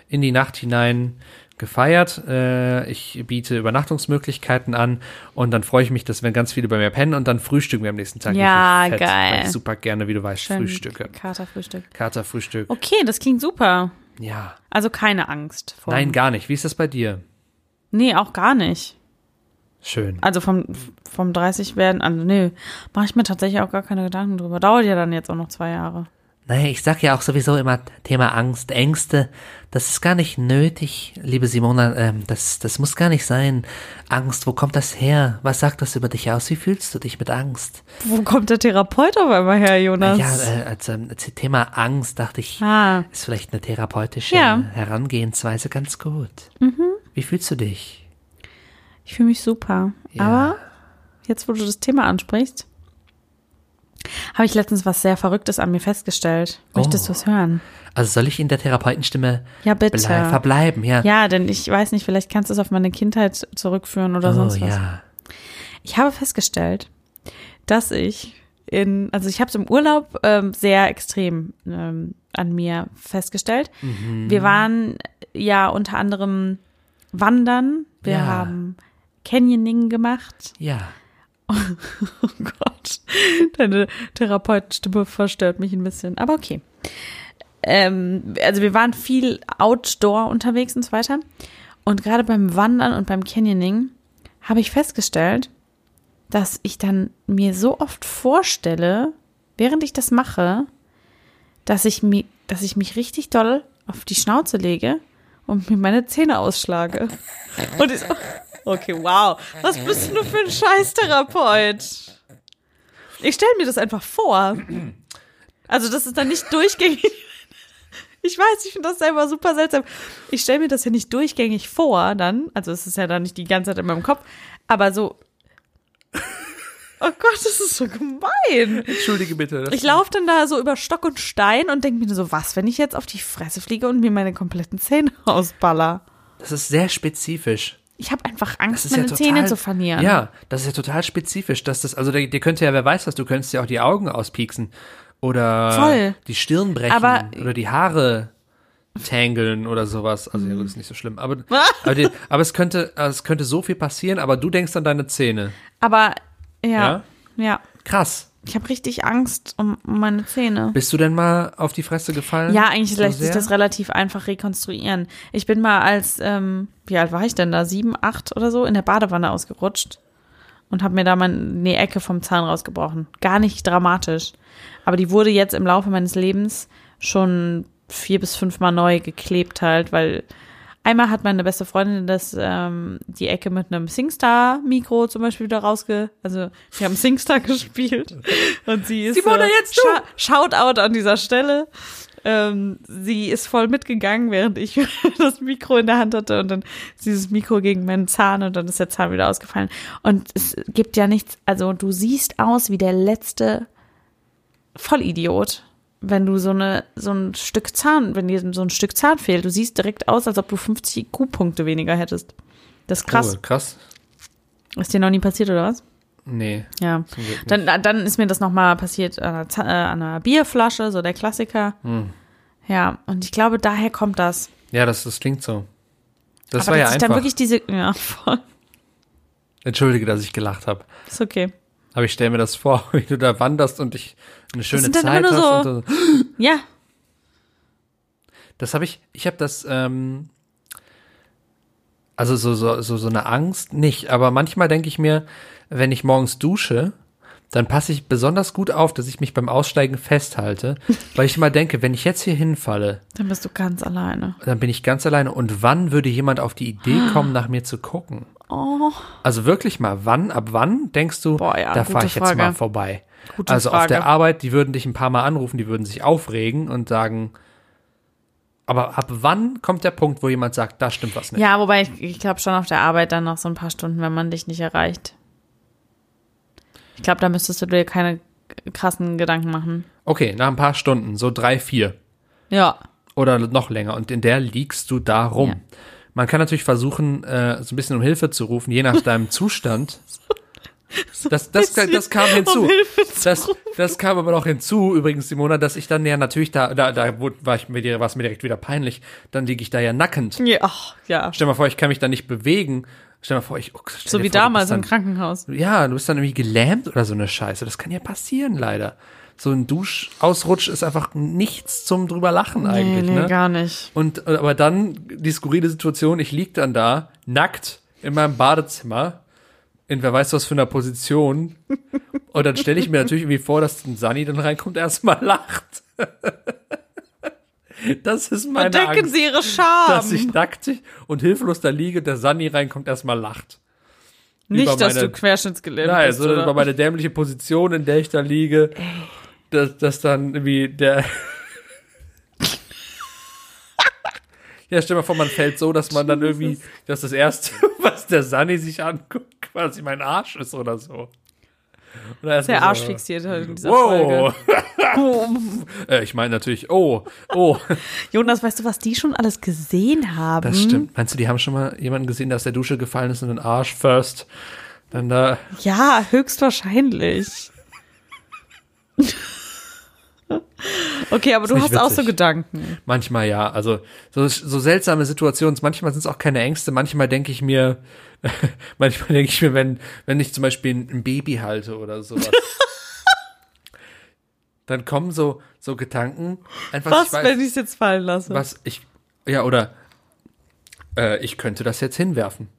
S1: in die Nacht hinein gefeiert. Äh, ich biete Übernachtungsmöglichkeiten an. Und dann freue ich mich, dass wenn ganz viele bei mir pennen und dann frühstücken wir am nächsten Tag.
S3: Ja,
S1: richtig
S3: geil.
S1: Weil ich super gerne, wie du weißt, Frühstücke.
S3: Katerfrühstück.
S1: Katerfrühstück.
S3: Okay, das klingt super.
S1: Ja.
S3: Also keine Angst vor.
S1: Nein, gar nicht. Wie ist das bei dir?
S3: Nee, auch gar nicht.
S1: Schön.
S3: Also vom, vom 30 werden, also nee, mache ich mir tatsächlich auch gar keine Gedanken drüber. Dauert ja dann jetzt auch noch zwei Jahre.
S5: Naja, ich sag ja auch sowieso immer Thema Angst, Ängste. Das ist gar nicht nötig, liebe Simona. Ähm, das, das muss gar nicht sein. Angst, wo kommt das her? Was sagt das über dich aus? Wie fühlst du dich mit Angst?
S3: Wo kommt der Therapeut auf einmal her, Jonas?
S5: Ja, äh, als, ähm, als Thema Angst dachte ich,
S3: ah,
S5: ist vielleicht eine therapeutische
S3: Ja.
S5: Herangehensweise ganz gut.
S3: Mhm.
S5: Wie fühlst du dich?
S3: ich fühle mich super. Aber jetzt, wo du das Thema ansprichst, habe ich letztens was sehr Verrücktes an mir festgestellt. Möchtest du es hören?
S5: Also soll ich in der Therapeutenstimme
S3: Ja, bitte.
S5: blei- verbleiben? Ja.
S3: Ja, denn ich weiß nicht, vielleicht kannst du es auf meine Kindheit zurückführen oder
S5: oh,
S3: sonst was.
S5: ja.
S3: Ich habe festgestellt, dass ich in, also ich habe es im Urlaub ähm, sehr extrem ähm, an mir festgestellt.
S5: Mhm.
S3: Wir waren ja unter anderem wandern, wir
S5: Ja.
S3: haben Canyoning gemacht.
S5: Ja.
S3: Oh Gott, deine Therapeutenstimme verstört mich ein bisschen, aber okay. Ähm, also wir waren viel Outdoor unterwegs und so weiter. Und gerade beim Wandern und beim Canyoning habe ich festgestellt, dass ich dann mir so oft vorstelle, während ich das mache, dass ich, mi dass ich mich richtig doll auf die Schnauze lege und mir meine Zähne ausschlage. Und ich so, okay, wow, was bist du nur für ein Scheißtherapeut? Ich stelle mir das einfach vor. Also, das ist dann nicht durchgängig. Ich weiß, ich finde das selber super seltsam. Ich stelle mir das ja nicht durchgängig vor, dann. Also, es ist ja dann nicht die ganze Zeit in meinem Kopf. Aber so. Oh Gott, das ist so gemein.
S1: Entschuldige bitte.
S3: Ich laufe dann da so über Stock und Stein und denke mir nur so, was, wenn ich jetzt auf die Fresse fliege und mir meine kompletten Zähne [laughs] ausballer?
S6: Das ist sehr spezifisch.
S3: Ich habe einfach
S6: Das
S3: Angst,
S6: ist
S3: meine
S6: ja total,
S3: Zähne zu verlieren.
S6: Ja, das ist ja total spezifisch, dass das, also dir, dir könnte ja, wer weiß was, du könntest ja auch die Augen auspieksen oder
S3: Voll.
S6: die Stirn brechen
S3: Aber-
S6: oder die Haare tangeln oder sowas. Also
S3: Mhm.
S6: ja, gut, ist nicht so schlimm.
S3: [laughs]
S6: Aber, aber, die, aber es könnte, also es könnte so viel passieren, aber du denkst an deine Zähne.
S3: Aber
S6: Ja?
S3: ja, ja.
S6: Krass.
S3: Ich habe richtig Angst um um meine Zähne.
S6: Bist du denn mal auf die Fresse gefallen?
S3: Ja, eigentlich lässt sich
S6: sehr?
S3: das relativ einfach rekonstruieren. Ich bin mal als, ähm, wie alt war ich denn da? Sieben, acht oder so, in der Badewanne ausgerutscht und habe mir da meine Ecke vom Zahn rausgebrochen. Gar nicht dramatisch. Aber die wurde jetzt im Laufe meines Lebens schon vier bis fünfmal neu geklebt halt, weil einmal hat meine beste Freundin das, ähm, die Ecke mit einem Singstar-Mikro zum Beispiel wieder rausge... Also wir haben Singstar [laughs] gespielt und sie ist...
S6: Simone, jetzt du!
S3: Scha Shoutout an dieser Stelle. Ähm, sie ist voll mitgegangen, während ich [laughs] das Mikro in der Hand hatte und dann ist dieses Mikro gegen meinen Zahn und dann ist der Zahn wieder ausgefallen. Und es gibt ja nichts, also du siehst aus wie der letzte Vollidiot, wenn du so eine so ein Stück Zahn, wenn dir so ein Stück Zahn fehlt, du siehst direkt aus, als ob du 50 IQ-Punkte weniger hättest. Das ist krass.
S1: Oh, krass.
S3: Ist dir noch nie passiert oder was?
S1: Nee.
S3: Ja.
S1: zum Glück nicht.
S3: Dann, dann ist mir das nochmal passiert an einer, Z- äh, an einer Bierflasche, so der Klassiker.
S1: Hm.
S3: Ja, und ich glaube, daher kommt das.
S1: ja, das, das klingt so. Das
S3: Aber
S1: war ja
S3: dass ich
S1: einfach.
S3: dann wirklich diese. Ja, [laughs] voll.
S1: Entschuldige, dass ich gelacht habe.
S3: Ist okay.
S1: Aber ich stelle mir das vor, [laughs] wie du da wanderst und ich eine schöne
S3: sind dann
S1: Zeit
S3: immer nur
S1: hast.
S3: so-
S1: Und so.
S3: Ja.
S1: Das habe ich, ich habe das, ähm, also so, so, so, so eine Angst nicht, aber manchmal denke ich mir, wenn ich morgens dusche, dann passe ich besonders gut auf, dass ich mich beim
S3: [laughs]
S1: Aussteigen festhalte, weil ich immer denke, wenn ich jetzt hier hinfalle,
S3: Dann bist du ganz alleine.
S1: dann bin ich ganz alleine und wann würde jemand auf die Idee
S3: Ah.
S1: kommen, nach mir zu gucken?
S3: Oh.
S1: Also wirklich mal, wann, ab wann denkst du,
S3: Boah, ja,
S1: da
S3: gute
S1: fahre ich jetzt
S3: Frage.
S1: mal vorbei?
S3: Gute
S1: also auf
S3: Frage.
S1: der Arbeit, die würden dich ein paar Mal anrufen, die würden sich aufregen und sagen, aber ab wann kommt der Punkt, wo jemand sagt, da stimmt was nicht?
S3: Ja, wobei ich, ich glaube schon auf der Arbeit dann noch so ein paar Stunden, wenn man dich nicht erreicht. Ich glaube, da müsstest du dir keine krassen Gedanken machen.
S1: Okay, nach ein paar Stunden, so drei, vier
S3: Ja.
S1: oder noch länger und in der liegst du da rum.
S3: Ja.
S1: Man kann natürlich versuchen, äh, so ein bisschen um Hilfe zu rufen, je nach
S3: [laughs]
S1: deinem Zustand. Das, das, das, kam
S3: um
S1: hinzu. das, das kam aber noch hinzu, übrigens, Simona, dass ich dann ja natürlich da, da, da wurde- war ich mir, dir- war es mir direkt wieder peinlich, dann liege ich da ja nackend.
S3: Ja, ach, ja.
S1: Stell mal vor, ich kann mich da nicht bewegen. Stell mal vor, ich. Oh, stell
S3: So
S1: dir
S3: wie
S1: vor, du
S3: damals
S1: bist
S3: im Krankenhaus.
S1: dann, Ja, du bist dann irgendwie gelähmt oder so eine Scheiße. Das kann ja passieren, leider. So ein Duschausrutsch ist einfach nichts zum drüber lachen eigentlich, ne?
S3: gar nicht.
S1: Und äh, aber dann die skurrile Situation, ich lieg dann da, nackt in meinem Badezimmer, in wer weiß was für einer Position. Und dann stelle ich mir natürlich irgendwie vor, dass ein Sunny dann reinkommt, erstmal lacht. [laughs] Das ist meine
S3: Entdecken
S1: Angst,
S3: Sie ähm, Ihre
S1: dass
S3: Scham.
S1: ich nackt und hilflos da liege und der Sunny reinkommt, erstmal lacht. über
S3: Nicht, dass
S1: meine-
S3: du querschnittsgelähmt
S1: Nein,
S3: bist.
S1: sondern
S3: oder?
S1: über meine dämliche Position, in der ich da liege, dass, dass dann irgendwie [laughs] der. ja, stell mal vor, man fällt so, dass man dann irgendwie, dass das erste, [laughs] was der Sunny sich anguckt, quasi mein Arsch ist oder so. Und dann
S3: Der
S1: erstmal
S3: Arsch
S1: so,
S3: fixiert halt in dieser
S1: Wow.
S3: Folge.
S1: [laughs] äh, ich meine natürlich, oh, oh.
S3: [laughs] Jonas, weißt du, was die schon alles gesehen haben?
S1: Das stimmt. Meinst du, die haben schon mal jemanden gesehen, der aus der Dusche gefallen ist und den Arsch first dann da
S3: Ja, [laughs] höchstwahrscheinlich. okay, aber du
S1: nicht
S3: hast auch so
S1: witzig.
S3: Gedanken.
S1: Manchmal ja, also so, so seltsame Situationen. Manchmal sind es auch keine Ängste. Manchmal denke ich mir, [laughs] manchmal denke ich mir, wenn wenn ich zum Beispiel ein, ein Baby halte oder sowas,
S3: [laughs]
S1: dann kommen so so Gedanken. Einfach,
S3: Was,
S1: ich weiß,
S3: wenn ich es jetzt fallen lasse?
S1: was ich ja oder äh, ich könnte das jetzt hinwerfen.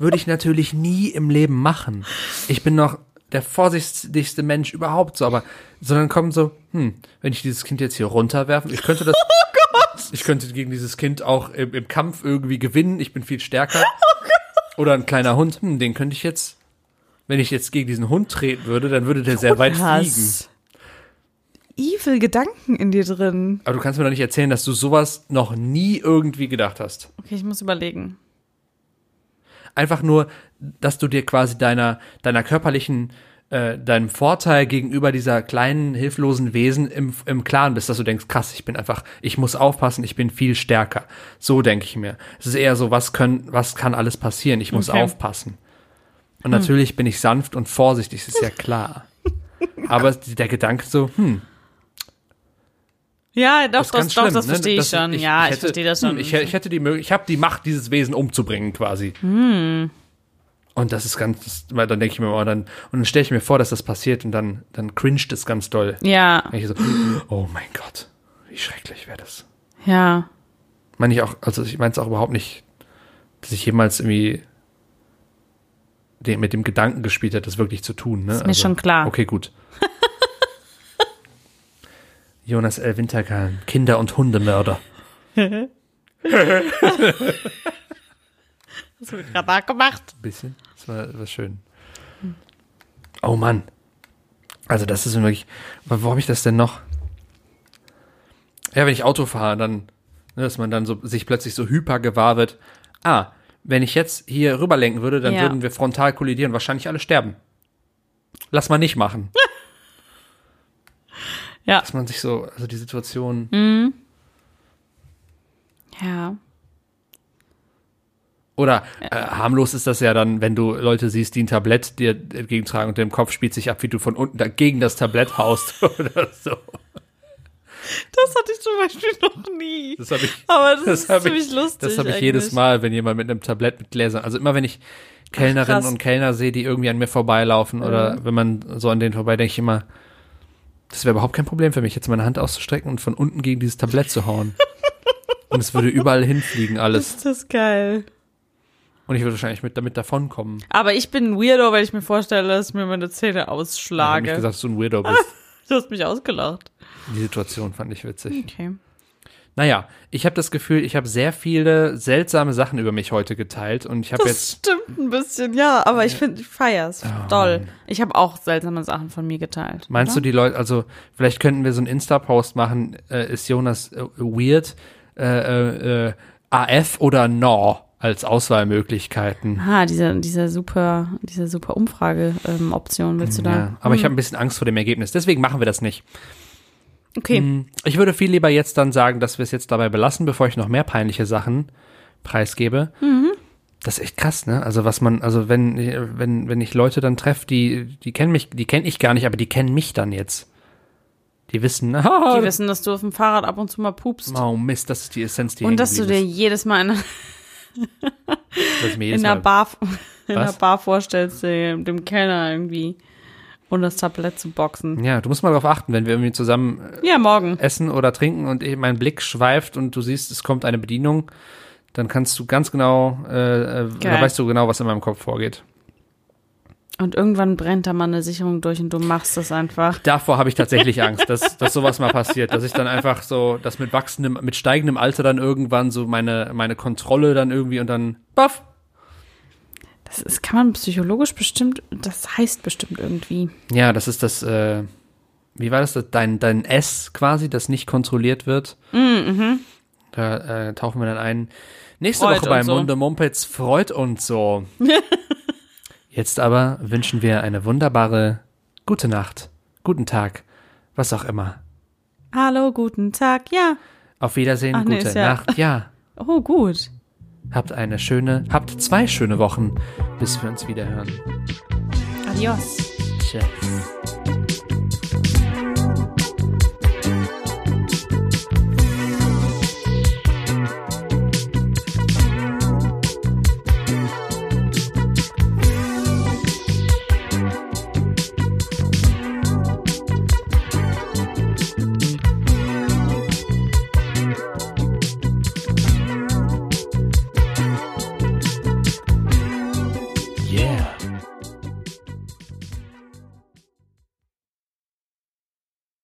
S1: Würde ich natürlich nie im Leben machen. Ich bin noch der vorsichtigste Mensch überhaupt so, aber sondern kommen so, hm, wenn ich dieses Kind jetzt hier runterwerfen, ich könnte das ich könnte gegen dieses Kind auch im, im Kampf irgendwie gewinnen, ich bin viel stärker. Oder ein kleiner Hund, hm, den könnte ich jetzt wenn ich jetzt gegen diesen Hund treten würde, dann würde der sehr weit fliegen.
S4: Hast Evil Gedanken in dir drin.
S1: Aber du kannst mir doch nicht erzählen, dass du sowas noch nie irgendwie gedacht hast.
S3: Okay, ich muss überlegen.
S1: Einfach nur, dass du dir quasi deiner, deiner körperlichen, äh, deinem Vorteil gegenüber dieser kleinen, hilflosen Wesen im, im Klaren bist, dass du denkst, krass, ich bin einfach, ich muss aufpassen, ich bin viel stärker. So denke ich mir. Es ist eher so, was können, was kann alles passieren? Ich muss
S3: Okay.
S1: aufpassen. Und natürlich bin ich sanft und vorsichtig, ist ja klar. Aber der Gedanke so, hm,
S3: Ja, doch,
S1: ist
S3: das,
S1: ganz
S3: doch,
S1: schlimm,
S3: das
S1: ne?
S3: verstehe ich schon. ja, ich,
S1: hätte-
S3: verstehe das
S1: hm,
S3: schon.
S1: Ich, hä- ich hätte die Möglichkeit, ich habe die Macht, dieses Wesen umzubringen quasi.
S3: Hm.
S1: Und das ist ganz, das, weil dann denke ich mir immer, dann, und dann stelle ich mir vor, dass das passiert und dann, dann cringet es ganz doll.
S3: ja,
S1: Dann ich so, oh mein Gott, wie schrecklich wäre das.
S3: ja.
S1: Meine ich auch, also ich meine es auch überhaupt nicht, dass ich jemals irgendwie den, mit dem Gedanken gespielt hätte, das wirklich zu tun. Ne? Ist
S3: mir schon klar.
S1: Okay,
S3: [laughs]
S1: gut. Jonas L. Winterkahn, Kinder- und Hundemörder.
S3: Das wird gerade nachgemacht.
S1: bisschen. Das war, war schön. Hm. Oh Mann. Also das ist wirklich. wa- Wo habe ich das denn noch? Ja, wenn ich Auto fahre, dann, ne, dass man dann so sich plötzlich so hyper gewahr wird. Ah, wenn ich jetzt hier rüberlenken würde, dann
S3: Ja.
S1: würden wir frontal kollidieren, wahrscheinlich alle sterben. Lass mal nicht machen.
S3: [laughs] Ja.
S1: Dass man sich so, also die Situation.
S3: Ja.
S1: Oder äh, harmlos ist das ja dann, wenn du Leute siehst, die ein Tablett dir entgegentragen und im Kopf spielt sich ab, wie du von unten dagegen das Tablett haust [laughs] oder so.
S3: Das hatte ich zum Beispiel noch nie.
S1: Das habe ich,
S3: Aber Oh, das, ist
S1: hab
S3: ziemlich
S1: ich,
S3: lustig.
S1: Das habe ich jedes
S3: eigentlich.
S1: Mal, wenn jemand mit einem Tablett mit Gläsern, also immer wenn ich Kellnerinnen
S3: krass. Mhm.
S1: und Kellner sehe, die irgendwie an mir vorbeilaufen oder wenn man so an denen vorbei, denke ich immer, das wäre überhaupt kein Problem für mich, jetzt meine Hand auszustrecken und von unten gegen dieses Tablett zu hauen. und es würde überall hinfliegen alles.
S3: Ist das geil.
S1: Und ich würde wahrscheinlich mit, damit davonkommen.
S3: Aber ich bin ein Weirdo, weil ich mir vorstelle, dass ich mir meine Zähne
S1: Wenn
S3: ausschlage.
S1: du gesagt, dass du ein Weirdo bist.
S3: du hast mich ausgelacht.
S1: Die Situation fand ich witzig.
S3: Okay.
S1: Naja, ich habe das Gefühl, ich habe sehr viele seltsame Sachen über mich heute geteilt und ich habe
S3: Das
S1: jetzt. Oh,
S3: stimmt ein bisschen, ja. Aber ich finde, ich feiere es. Toll. Ich habe auch seltsame Sachen von mir geteilt.
S1: Meinst du die Leute, also vielleicht könnten wir so einen Insta-Post machen, äh, ist Jonas äh, weird, äh, äh, äh, AF oder No als Auswahlmöglichkeiten.
S3: Ah, diese, diese super, diese super Umfrage-Option willst du da?
S1: Ja, aber ich habe ein bisschen Angst vor dem Ergebnis, deswegen machen wir das nicht.
S3: Okay.
S1: Ich würde viel lieber jetzt dann sagen, dass wir es jetzt dabei belassen, bevor ich noch mehr peinliche Sachen preisgebe.
S3: Mhm.
S1: Das ist echt krass, ne? Also was man, also wenn, wenn, wenn ich Leute dann treffe, die, die kennen mich, die kenne ich gar nicht, aber die kennen mich dann jetzt. Die wissen, [laughs] ah,
S3: Die wissen, dass du auf dem Fahrrad ab und zu mal pupst.
S1: oh Mist, das ist die Essenz, die
S3: Und dass du
S1: hängen
S3: dir
S1: geblieben
S3: jedes Mal in,
S1: ist. Das ist mir halt jedes
S3: in, einer,
S1: Mal-
S3: Bar, [laughs] in einer
S1: Was?
S3: Bar vorstellst, dem, dem Kellner irgendwie. Und das Tablett zu boxen.
S1: Ja, du musst mal darauf achten, wenn wir irgendwie zusammen
S3: Ja, morgen.
S1: essen oder trinken und eh mein Blick schweift und du siehst, es kommt eine Bedienung, dann kannst du ganz genau, äh, äh,
S3: Geil.
S1: dann weißt du genau, was in meinem Kopf vorgeht.
S3: Und irgendwann brennt da mal eine Sicherung durch und du machst das einfach.
S1: Davor habe
S3: [laughs]
S1: ich tatsächlich Angst, dass, dass sowas mal passiert, dass ich dann einfach so, dass mit wachsendem, mit steigendem Alter dann irgendwann so meine, meine Kontrolle dann irgendwie und dann, baff,
S3: Das ist, kann man psychologisch bestimmt, das heißt bestimmt irgendwie.
S1: Ja, das ist das, äh, wie war das, das dein, dein S quasi, das nicht kontrolliert wird.
S3: Mm,
S1: Da äh, tauchen wir dann ein. Nächste
S3: mhm. Freut
S1: Woche
S3: und
S1: bei
S3: so.
S1: Munde Mumpets freut
S3: [laughs]
S1: uns so. Jetzt aber wünschen wir eine wunderbare gute Nacht, guten Tag, was auch immer.
S3: Hallo, guten Tag, ja.
S1: Auf Wiedersehen,
S3: Ach nee,
S1: gute
S3: ist ja-
S1: Nacht, ja.
S3: Oh, gut.
S1: Habt eine schöne, habt zwei schöne Wochen, bis wir uns wieder hören.
S3: Adios.
S1: Tschüss.